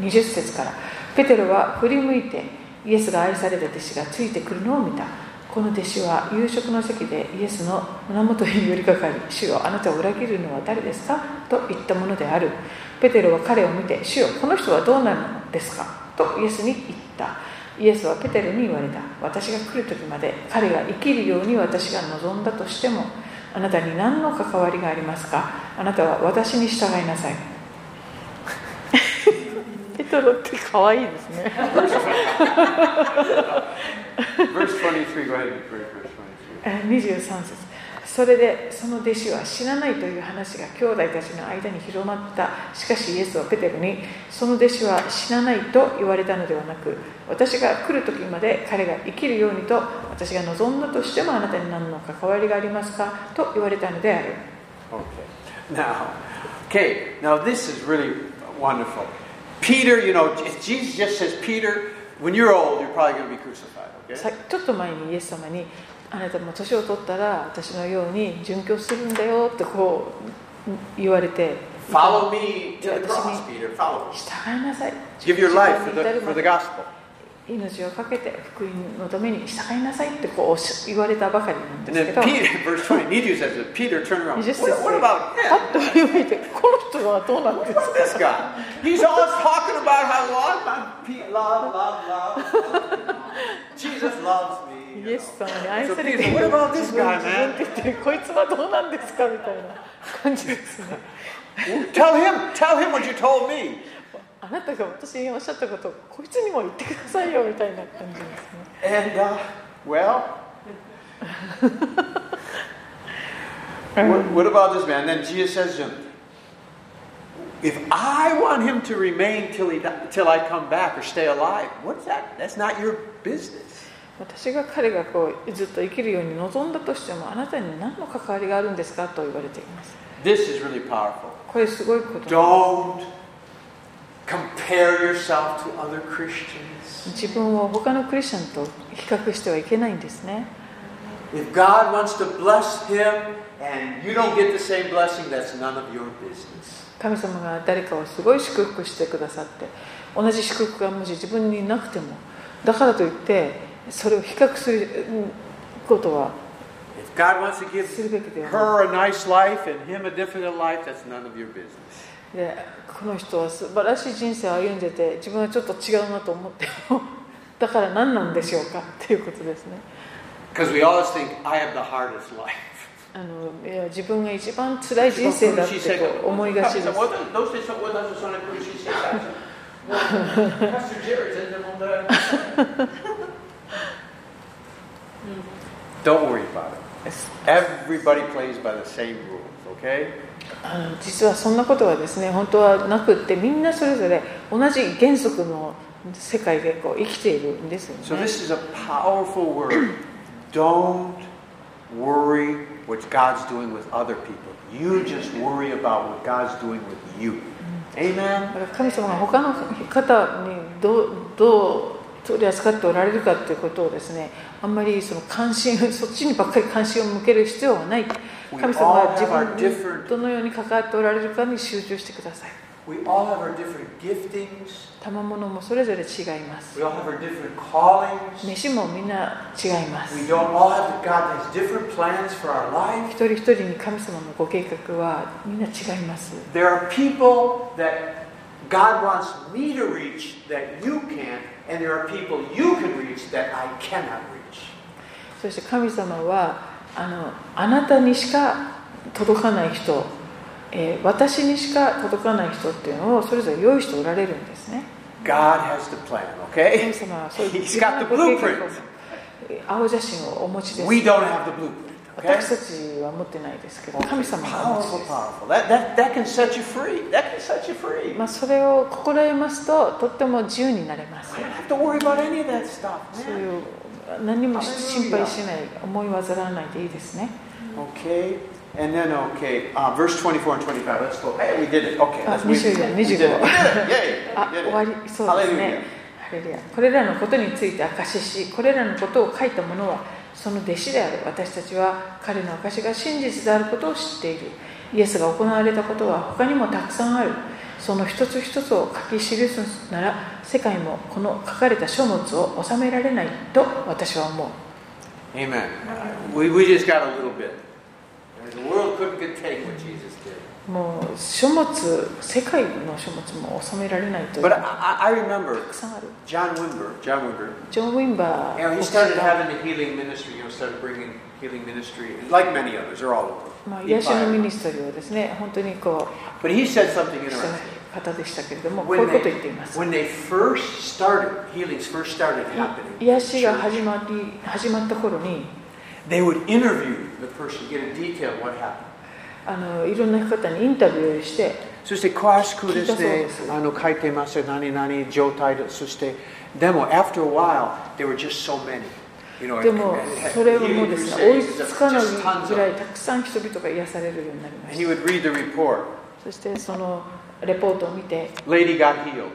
S2: 20節からペテロは振り向いてイエスが愛された弟子がついてくるのを見たこの弟子は夕食の席でイエスの胸元に寄りかかり「主よあなたを裏切るのは誰ですか?」と言ったものであるペテロは彼を見て「主よこの人はどうなるのですか?」とイエスに言ったイエスはペテロに言われた私が来る時まで彼が生きるように私が望んだとしてもあなたに何の関わりがありますかあなたは私に従いなさいペトロって可愛いですね
S1: Verse 23, go ahead and read verse 23.
S2: えー23節それでその弟子は死なないという話が兄弟たちの間に広まったしかしイエスはペテロにその弟子は死なないと言われたのではなく私が来る時まで彼が生きるようにと私が望んだとしてもあなたに何の関わりがありますかと言われたのである
S1: Okay. Now, okay, now this is really wonderful. Peter, you know, if Jesus just says, Peter, when you're old, you're probably going to be crucified,
S2: さ
S1: okay?
S2: ちょっと前にイエス様にあなたも年を取ったら私のように殉教するんだよってこう言われて
S1: Follow me to
S2: Yeah,
S1: the
S2: doesn't
S1: cross,
S2: he-
S1: Peter, follow me.
S2: 従いなさい
S1: Give your life for
S2: 十字架に至
S1: the,
S2: る
S1: for the
S2: まで
S1: gospel.
S2: 命を懸けて福音のために従いなさいってこうおっしゃ言われたばかりなんで
S1: And
S2: すけ
S1: then
S2: ど
S1: Peter, verse 22 says, that Peter, turn around.
S2: 20
S1: What,
S2: 節
S1: what about
S2: パ
S1: him?
S2: ッと振り向いてこの人はどうなんですか
S1: This guy. He's always talking about how love, I'm Pete, love, love, love. Jesus loves me. you
S2: イエス
S1: know.
S2: 様に愛されて
S1: So Peter, what about this guy,
S2: 自分って言ってこいつはどうなんですかみたいな感じですね
S1: Tell him, tell him what you told me.
S2: あなたが私におっしゃったことをこいつにも言ってくださいよみたいな感じですね
S1: And, uh, well, what, what about this man? Then Jesus says to him, if I want him to remain till, he, die- till I come back or stay alive, what's that? That's not your business.
S2: 私が彼がこうずっと生きるように望んだとしてもあなたに何の関わりがあるんですかと言われています
S1: This is really powerful.
S2: これすごいことなんです
S1: Don't compare yourself to other Christians.
S2: 自分を他のクリスチャンと比較してはいけないんですね
S1: If God wants to bless him and you don't get the same blessing, that's none of your business.
S2: 神様が誰かをすごい祝福してくださって同じ祝福がもし自分になくてもだからといってそれを比較することは
S1: If God wants to give
S2: するべきではな
S1: her a
S2: い
S1: nice life and him a different life, that's none of your business.
S2: でこの人は素晴らしい人生を歩んでて自分はちょっと違うなと思っても だから何なんでしょうかっていうことですね
S1: Because we always think, I have the hardest life.
S2: あのいや自分が一番辛い人生だってこう思いがちです
S1: Those days were not so good, she said that. Pastor Jerry said that one day. Don't worry about it. Everybody plays by the same rules, okay?
S2: あの実はそんなことはですね本当はなくってみんなそれぞれ同じ原則の世界でこう生きているんですよ
S1: So
S2: ね
S1: this is a powerful word. Don't worry what God's doing with other people. You just worry about what God's doing with you. Amen.
S2: だから神様が他の方にどうどう取り扱っておられるかということをですねあんまりその関心そっちにばっかり関心を向ける必要はない
S1: We
S2: 神様は
S1: all
S2: 自
S1: have our different-
S2: 分にどのように関わっておられるかに集中してください
S1: We all have our different giftings.
S2: 賜物もそれぞれ違います
S1: We all have our different callings.
S2: 飯もみんな違います
S1: We don't all have God has different plans for our
S2: 一
S1: life.
S2: 人一人に神様のご計画はみんな違います
S1: There are people that God wants me to reach that you can't, and there are people you can reach that I cannot reach.
S2: そして神様はあのあなたにしか届かない人、えー私にしか届かない人っていうのをそれぞれ用意しておられるんですね
S1: God has the plan, okay?
S2: 神様はそういう
S1: He's got the blueprint.
S2: えー青写真をお持ちです
S1: We don't have the blueprint,
S2: 私
S1: okay?
S2: たちは持ってないですけど
S1: Okay,
S2: 神様はお持ち
S1: Powerful,
S2: です
S1: powerful. That, that, that can set you free. That can set you free.
S2: まあそれを心得ますととっても自由になれます
S1: I don't have to worry about any of that stuff,
S2: そう
S1: man.
S2: いう何も心配しない思い煩わないでいいですね
S1: Okay, and then, okay, uh, verse 24 and 25. Let's go. Hey, we did it. Okay,
S2: あ
S1: let's, we, we did it.
S2: 24
S1: We did it. Yay,
S2: あ
S1: we did
S2: 終
S1: it.
S2: わりそうですね
S1: Hallelujah.
S2: ハレルヤこれらのことについて証ししこれらのことを書いた者はその弟子である私たちは彼の証しが真実であることを知っているイエスが行われたことは他にもたくさんあるその一つ一つを書き記すなら世界もこの書かれた書物を収められないと私は思う
S1: Amen. We, we just got a little bit. The world couldn't contain what Jesus did.
S2: もう書物世界の書物も収められないという
S1: But I,
S2: た
S1: I I remember
S2: くさんある
S1: John Wimber. John Wimber.
S2: ジョン・ウィンバ
S1: You know,
S2: ー
S1: he
S2: 牧師
S1: started
S2: が
S1: having the healing ministry, you know, started bringing healing ministry, like many others, they're all over.
S2: まあ、
S1: He
S2: 癒しのミ
S1: fired.
S2: ニストリーをですね、本当にこ
S1: But he said something
S2: う、した
S1: interesting.
S2: 方でしたけれども、こういう
S1: When
S2: ことを言ってい
S1: they,
S2: ます。
S1: when they first started, healings first started happening,
S2: 癒しが
S1: church,
S2: 始まり始まった頃に
S1: they would interview the person, get in detail what happened.
S2: あの、いろんな方にインタビューをして、
S1: そして詳しくですね
S2: 聞いたそうです。
S1: あの書いてますよ何々状態でそしてでも after a while there were just so many you know,
S2: でも
S1: and- and-
S2: それもですね、追い
S1: healing crusades,
S2: つかない
S1: just tons
S2: ぐらい
S1: of-
S2: たくさん人々が癒されるようになりま
S1: And
S2: し
S1: he
S2: た。
S1: would read the report.
S2: そしてそのレポートを見て、
S1: Lady got healed.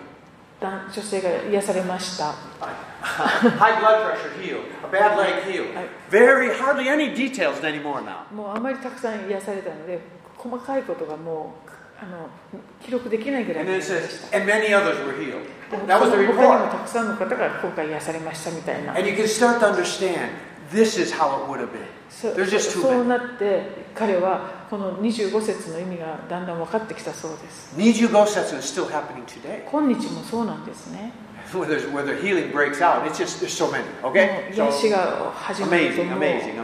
S2: 男女性が癒されました。
S1: High blood pressure healed. A bad leg healed.
S2: I-
S1: Very hardly any details anymore now.
S2: もうあまりたくさん癒されたので、細かいことがもうあの記録できないぐらい
S1: And
S2: の
S1: then
S2: 癒
S1: it
S2: しでし
S1: says,
S2: た。
S1: and many others were healed.
S2: 他に
S1: That was the
S2: も
S1: report.
S2: たくさんの方が今回癒されましたみたいな
S1: And。you can start to understand this is how it would have been.
S2: そ
S1: There's just too
S2: そう
S1: many.
S2: なって彼はこの25節の意味がだんだん分かってきたそうです。
S1: 25 sets is still happening today.
S2: 今日もそうなんですね。
S1: Where, there's, where the healing breaks out, it's just, there's so many. Okay?
S2: もう癒し
S1: So,
S2: が始まると
S1: amazing,
S2: も
S1: amazing, amazing.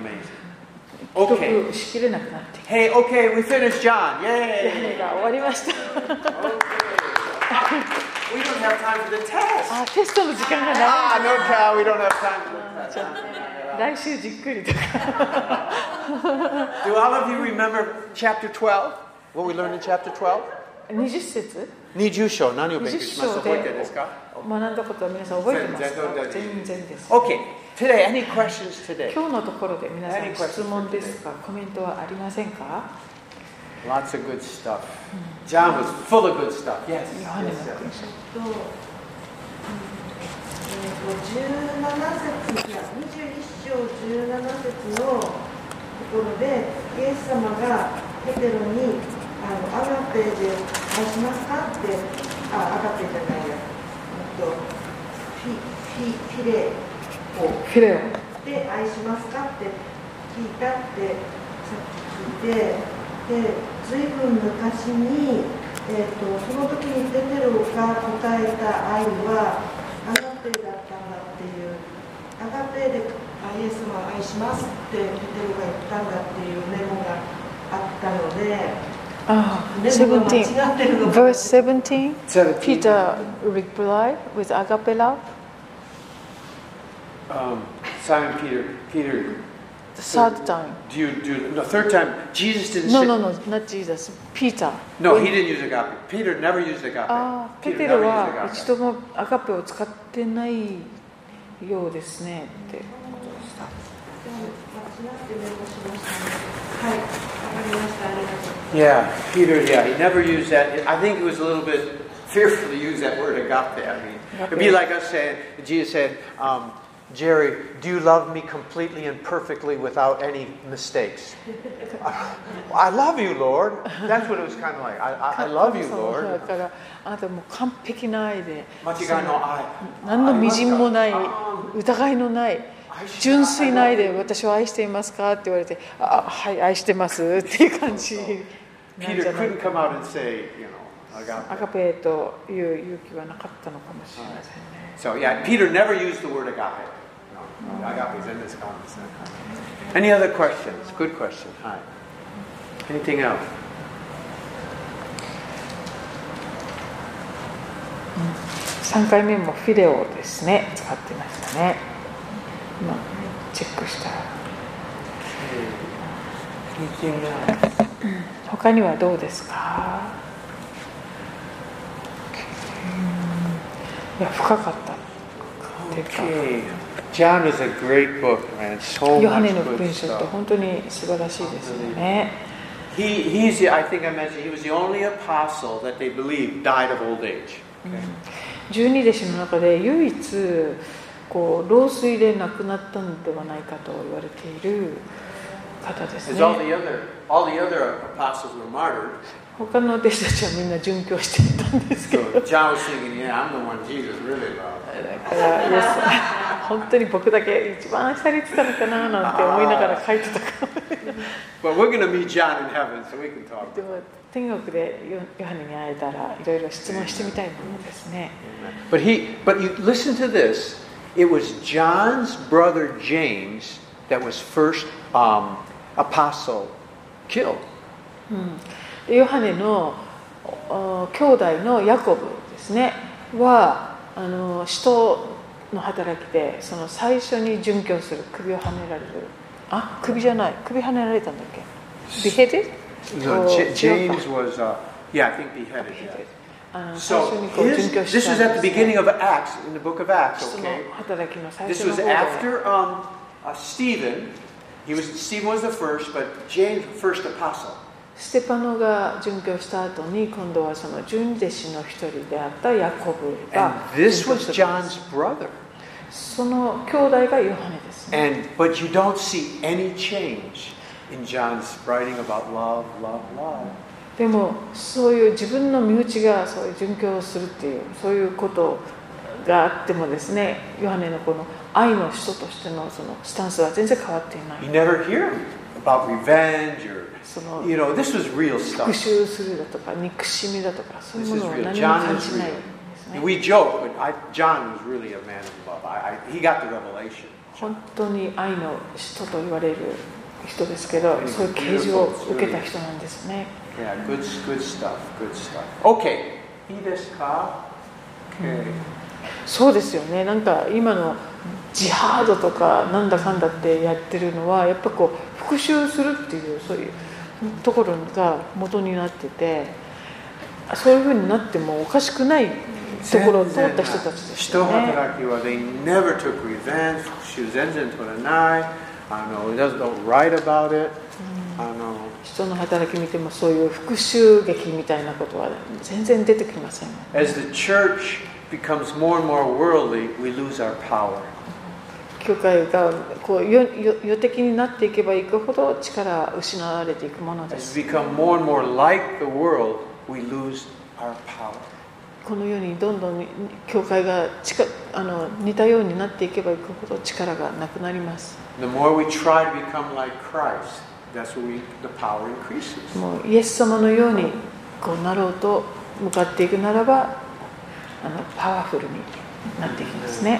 S2: う既
S1: Okay.
S2: 読しきれなくなってき
S1: Hey, okay, we finished John.
S2: て、
S1: Yay!
S2: が終わりました。
S1: We don't have time for the test.
S2: あ、テストの時間がない。
S1: Ah, no cow, we don't have time for the test.
S2: 来週じっくりとか。
S1: Do all of you remember chapter 12? What we learned in chapter 12?
S2: 20節
S1: 20章,何を勉強しました?
S2: 20章で学んだことは皆さん覚えてますか
S1: 全然
S2: 全然です。
S1: Okay, today, any questions today?
S2: 今日のところで皆さん質問ですかコメントはありませんか
S1: Lots of good stuff. John was full of good stuff. Yes.
S2: ヨハネの
S1: yes,
S2: 福音
S1: yes.
S2: 書
S7: と、うんえー、と17節いや21章17節のところでイエス様がペテロに「あのアガペで愛しますか?」ってあアガペじゃないや、えっと、フィフィフィレを
S2: フィレオ
S7: で愛しますかって聞いたってさっき聞いてでずいぶん昔に、えー、とその時に出てるが答えた愛はアガペだったんだっていうアガペであ「イエスは愛します」ってペテロが言ったんだっていうメモがあったので。
S2: Ah,
S7: メモが間違
S2: 17.
S7: ってるのか
S2: Verse 17,
S6: 17.
S2: Peter replied with agape love.
S6: Um, Simon Peter, Peter,
S2: The third time.
S6: do you do the third time? Jesus didn't.
S2: No,
S6: say,
S2: no, no, not Jesus. Peter.
S6: No, he didn't use agape. Peter never used agape.
S2: ああ、ペ
S6: Peter
S2: テロ
S6: never
S2: は一
S6: used
S2: 度もアガペを使ってないようですねってことでした。
S7: 間違ってメモしましたね。はい、わかりました。ありがとうござい
S6: Yeah, Peter.
S7: ます。
S6: Yeah, he never used that. I think it was
S1: was a little bit fearful to use that word agape. I mean, it'd be like us saying, Jesus said, um, Jerry, do you love me completely and perfectly without any mistakes? I love you, Lord. That's what it was kind of like. I, I, I love you,
S2: 神様だ
S1: Lord.
S2: からあなたもう完璧な愛で、
S1: 間違いの愛。
S2: 何の微塵もない
S1: あ、
S2: 疑いのない、純粋な愛で私を愛していますかって言われて、あはい、愛してますっていう感じなんじ
S1: Peter
S2: ゃない
S1: couldn't come out and say, you know, agape.
S2: アガペという勇気はなかったのかもしれませんね。
S1: So yeah, Peter never used the word agape. No, no, agape's in this context. Any other questions? Good question. Hi. Anything else?
S2: 3回目もフィレオですね、使ってましたね。今、チェックしたら。
S6: Anything else?
S2: 他にはどうですかうんいや深かったっていうか
S6: Okay. John is a great book, man. So
S2: ヨハ
S6: much
S2: ネの文
S6: good
S2: 書っ
S6: stuff.
S2: て本当に素晴らしいですよね
S1: He, he's the, I think I mentioned, he was the only apostle that they believed died of old age.
S2: 十二弟子の中で唯一こう老衰で亡くなったのではないかと言われている方です
S1: Because all
S2: ね
S1: the other, all the other apostles were martyred.
S2: 他の弟子たちはみんな殉教していたんですけど
S1: So John was thinking, yeah, I'm the one Jesus really loved.
S2: だからイエス本当に僕だけ一番愛されてたのかななんて思いながら書いてたかも
S1: But we're going to meet John in heaven, so we can talk.
S2: でも天国でヨヨハネに会えたらいろいろ質問してみたいものですね。
S6: But he, but you listen to this. It was John's brother James that was first um, apostle killed.
S2: でヨハネのお兄弟のヤコブですねはあの使徒の働きでその最初に殉教する首をはねられるあ首じゃない首はねられたんだっけ beheaded?
S6: No,
S2: お
S6: J-
S2: 違うか
S6: James was, uh, yeah, I think beheaded. yeah.
S2: Oh, beheaded あの最初
S1: So
S2: にこう殉
S1: his,
S2: 教
S1: this
S2: し
S1: is
S2: た
S1: at
S2: ん
S1: the
S2: です、ね
S1: beginning、of Acts, in the book of Acts,
S2: そ
S1: okay?
S2: の働きの最
S1: This was
S2: 初の方で
S1: after um, uh, Stephen. He was Stephen was the first, but James the first apostle.
S2: ステパノが殉教した後に今度はその十二弟子の一人であったヤコブ
S6: And
S2: が
S6: this
S2: 殉教
S6: was
S2: したんで
S6: John's brother.
S2: すその兄弟がヨハネですね
S6: And but you don't see any change in John's writing about love, love, love.
S2: でもそういう自分の身内がそういう殉教をするっていうそういうことがあってもですねヨハネのこの愛の人としてのそのスタンスは全然変わっていな
S6: You
S2: い
S6: never hear about revenge or
S2: その
S6: you know, this was real stuff.
S2: 復讐するだとか憎しみだとかそういうものを
S6: This
S2: 何
S6: is real.
S2: も感
S6: John is
S2: じない
S6: real.
S2: ですね
S6: We joke, but I, John was really a man of love. I, I, he got the revelation.
S2: 本当に愛の人と言われる人ですけど、そういう啓示を受けた人なんですね。
S6: Yeah, good, good stuff, good stuff. Okay. いいですか? Okay.
S2: そうですよね、なんか今のジハードとか、なんだかんだってやってるのは、やっぱこう、復讐するっていう、そういうところが元になってて、そういうふうになってもおかしくないところを通った人
S6: uh,
S2: たちですよね。
S6: 人働きは they never took revenge 復讐全然取らないあの doesn't don't write about it あの
S2: 人の働き見ても、そういう復讐劇みたいなことは全然出てきません。
S6: as the church becomes more and more worldly we lose our power
S2: 教会がこうよよ世的になっていけばいくほど力は失われていくもので
S6: as
S2: す
S6: we become more and more like the world we lose our power
S2: このようにどんどん教会が近あの似たようになっていけばいくほど力がなくなります
S1: The more we try to become like Christ, that's where we, the power increases.
S2: もうイエス様のようにこうなろうと向かっていくならばあのパワフルになっていきますね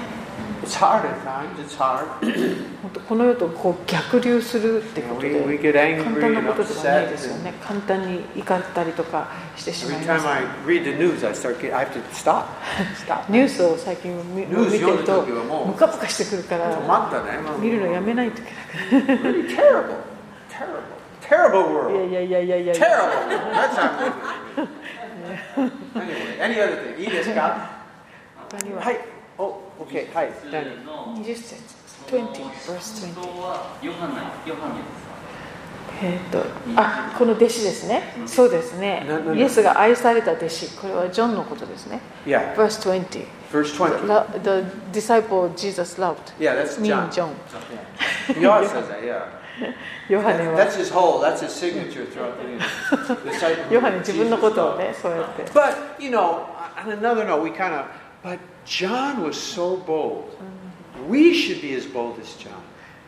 S1: It's hard at times, it's hard.
S2: 本当この世とこう逆流するってこと
S1: We,
S2: で
S1: we get
S2: 簡
S1: angry
S2: 単な
S1: and
S2: ことではない
S1: upset.
S2: ですよ
S1: and
S2: ね簡単に怒ったりとかしてしま
S1: every
S2: い
S1: time
S2: ます
S1: I read the news, I start get, I have to stop. Stop.
S2: ニュースを最近見見
S1: ニュース
S2: てる
S1: 読
S2: と
S1: んでる時はもう
S2: ムカムカしてくるから見るのや
S1: 止まったね。もう、
S2: めないといけ
S1: eh. Really terrible. Terrible. Terrible
S2: ない
S1: world.
S2: いやいやいやいやいや
S1: Terrible. That's how I'm living. Anyway, any other thing? いいですか
S2: 他には
S1: はい。Oh, okay. はい。何
S8: 普通の
S2: 20節
S8: その
S2: 20 verse
S8: 人
S2: 20
S8: はヨハネヨハネですか
S2: えー、とあこの弟子ですね、そうですね
S1: ななんだ
S2: イエスが愛された弟子これはジョンのことですね
S1: Yeah,
S2: verse 20
S1: verse 20.
S2: La- the disciple Jesus loved
S1: Yeah, that's
S2: me
S1: John.
S2: and John
S1: He always says that, yeah.
S2: ヨハネ
S1: That-
S2: は
S1: That's his whole, that's his signature throughout the disciple.
S2: ヨハネ自分のことをねそうやって
S1: But, you know, on another note, we kind of, but John was so bold. We should be as bold as John.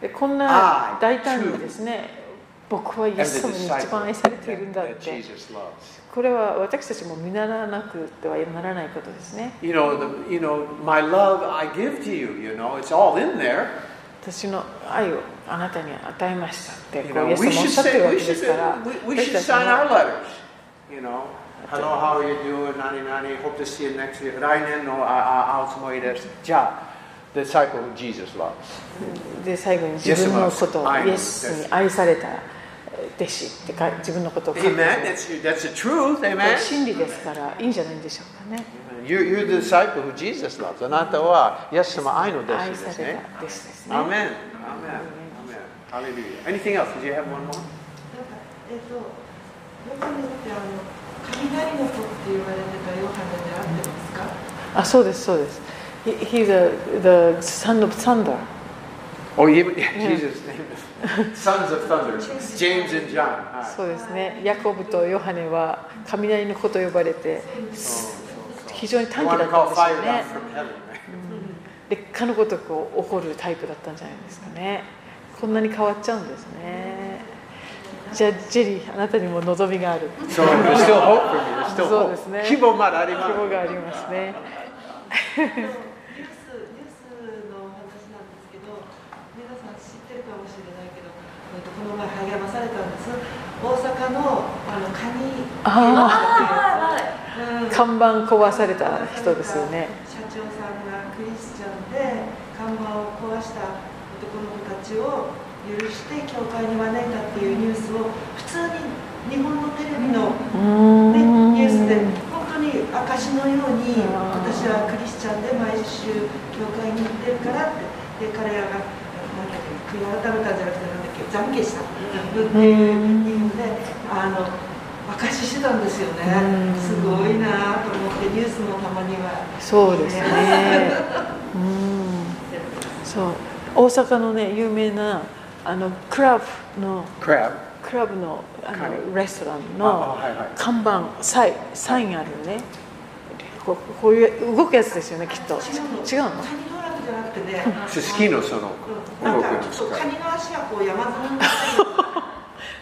S2: でこんな
S1: I
S2: 大胆にですね僕はイエ
S1: As
S2: ス
S1: the
S2: 様に一
S1: disciple
S2: 番愛
S1: that,
S2: されているんだっ
S1: that
S2: て
S1: Jesus loves.
S2: これは私たちも見習わなくてはならないことですね
S1: You know, the, you know, my love I give to you, you know, it's all in there.
S2: 私の愛をあなたに与えましたってこ
S1: You
S2: う
S1: know,
S2: イエス
S1: we
S2: 様おっ
S1: should
S2: しゃってる
S1: say,
S2: わ
S1: we
S2: け
S1: should,
S2: ですか
S1: we, we should sign
S2: ら私たち
S1: our
S2: も
S1: letters, you know. Hello, how are you doing? Nani, nani, hope to see you next year. 来年のああ青つもりです。じゃあ、disciple who Jesus loves.
S2: で最後に自分のことを
S1: Yes, I
S2: イエスに愛された弟子ってか自分のことを書いて
S1: Amen, that's, that's the truth,
S2: こ
S1: amen.
S2: れ真理ですからいいんじゃないでしょうかね
S1: You're, you're the disciple who Jesus loves. あなたは、イエス様愛の弟子
S2: 愛
S1: で
S2: さ
S1: す
S2: れ
S1: ね。
S2: た弟子ですね
S1: Amen. Amen. Amen. Hallelujah. Anything else? Did you have one more?
S7: なんかえっとヨハネってあの雷の子って言われてたヨハネで合ってますか？
S2: あそうですそうです He- He's a, the son of thunder
S1: Oh, you, Jesus' name. Sons of thunder. James and John. はい
S2: そうですねヤコブとヨハネは雷の子と呼ばれて非常に短
S1: You
S2: 気
S1: want
S2: だ
S1: to
S2: っ
S1: call
S2: たん
S1: fire
S2: ですよ
S1: down
S2: ね
S1: from heaven, right?
S2: でかのごとく怒るタイプだったんじゃないですかねこんなに変わっちゃうんですねじゃあジェリーあなたにも望みがある
S1: So there's still hope for me. There's still
S2: そう
S1: hope.
S2: ですね
S1: 希望まだあり
S2: 希
S1: ます。
S2: 望がありますね
S7: ニュースニュースのお話なんですけど皆さん知ってるかもしれないけど、えっと、この前励まされたんです大阪のあのカニ
S2: あ
S7: あうん、
S2: 看板壊された人ですよね
S7: 社長さんがクリスチャンで看板を壊した男の子たちを許して教会に招いたっていうニュースを普通に日本のテレビ
S2: う
S7: の
S2: ー
S7: ね、
S2: ん
S7: ニュースで本当に証のように
S2: あー
S7: 私はクリスチャンで毎週教会に行ってるからってで彼らがなんだっけ悔い改めたんじゃなくてなんだっけ懺悔したっていうのであの証ししてたんですよね
S2: うん
S7: すごいなと思ってニュースもたまには
S2: そうですねうんそう大阪のね有名なあのクラブの
S1: Crab.
S2: クラブのあ
S1: は
S2: のレストラン
S1: あ
S2: の
S1: はいはい
S2: 看板サイサインあるよねこうこういう動くやつですよねきっと違うの
S7: カニ道楽じゃなくてね
S1: ススキーのその
S7: うんな
S1: 動
S7: ん
S1: くんで
S7: かち
S1: す
S7: ょっと
S1: か
S7: カニの足がこう山積みになってる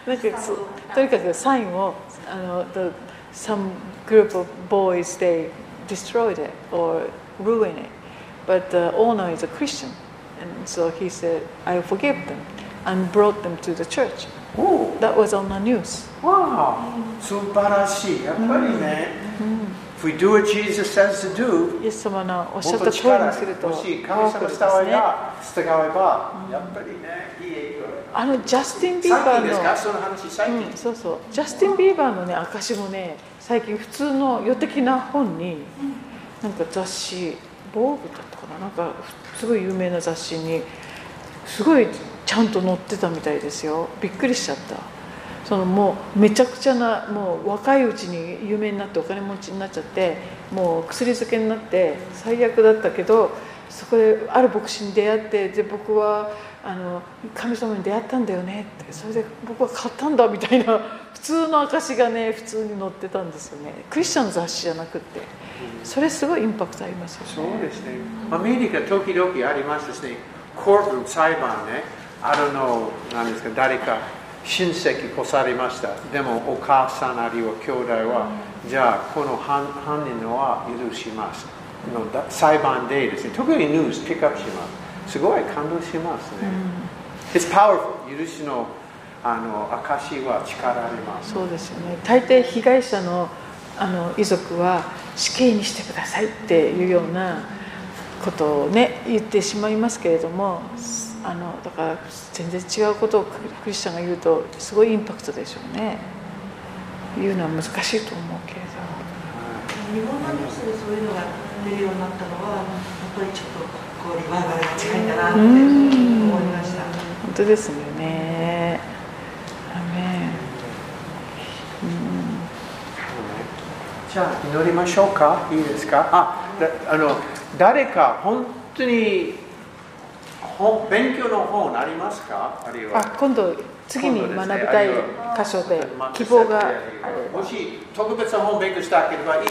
S2: なんかそうとにかくサインをあの the, some group of boys they destroyed it or ruined it but the owner is a Christian and so he said I forgive them and brought them to the church
S1: おお
S2: that was on the news
S1: わあ素晴らしいやっぱりね、If we do what Jesus says to do
S2: イエス様のおっしゃ
S1: 本当
S2: った
S1: に
S2: 通りに
S1: 力
S2: すると
S1: もし神様に従えば従えばやっぱりねいい影響
S2: あのジャスティン・ビー
S1: さっ
S2: バ
S1: きです
S2: ーの
S1: かその話さっき、
S2: うん、そうそうジャスティン・ビーバーのね証もね最近普通の世的な本に、なんか雑誌「防具だったかななんかすごい有名な雑誌にすごいちゃんと載ってたみたいですよびっくりしちゃったそのもうめちゃくちゃなもう若いうちに有名になってお金持ちになっちゃってもう薬漬けになって最悪だったけどそこである牧師に出会ってで僕はあの神様に出会ったんだよねってそれで僕は買ったんだみたいな普通の証がね普通に載ってたんですよねクリスチャンの雑誌じゃなくってそれすごいインパクトありますよ
S1: そうですね。アメリカ時々ありますですね。コートの裁判ね、あるの、なんですか、誰か親戚越されました。でもお母さんあるいは兄弟は、じゃあこの犯犯人のは許します。のだ裁判でですね、特にニュースピックアップします。すごい感動しますね。It's powerful. 許しのあの証は力あります。
S2: そうですよね大抵被害者のあの遺族は死刑にしてくださいっていうようなことをね言ってしまいますけれどもあのだから全然違うことをククリスチャンが言うとすごいインパクトでしょうね言うのは難しいと思うけれど
S7: 日本のニュースでそういうのが出るようになったのは、やっぱりちょっとこうリバイバルが近いんだなって思いました。
S2: 本当ですよねアメンうん
S1: じゃあ祈りましょうかいいですかあだあの誰か本当に本勉強の本ありますかあるいは
S2: あ今度次に学びたい箇所で希望があれば
S1: もし特別な本勉強したければいい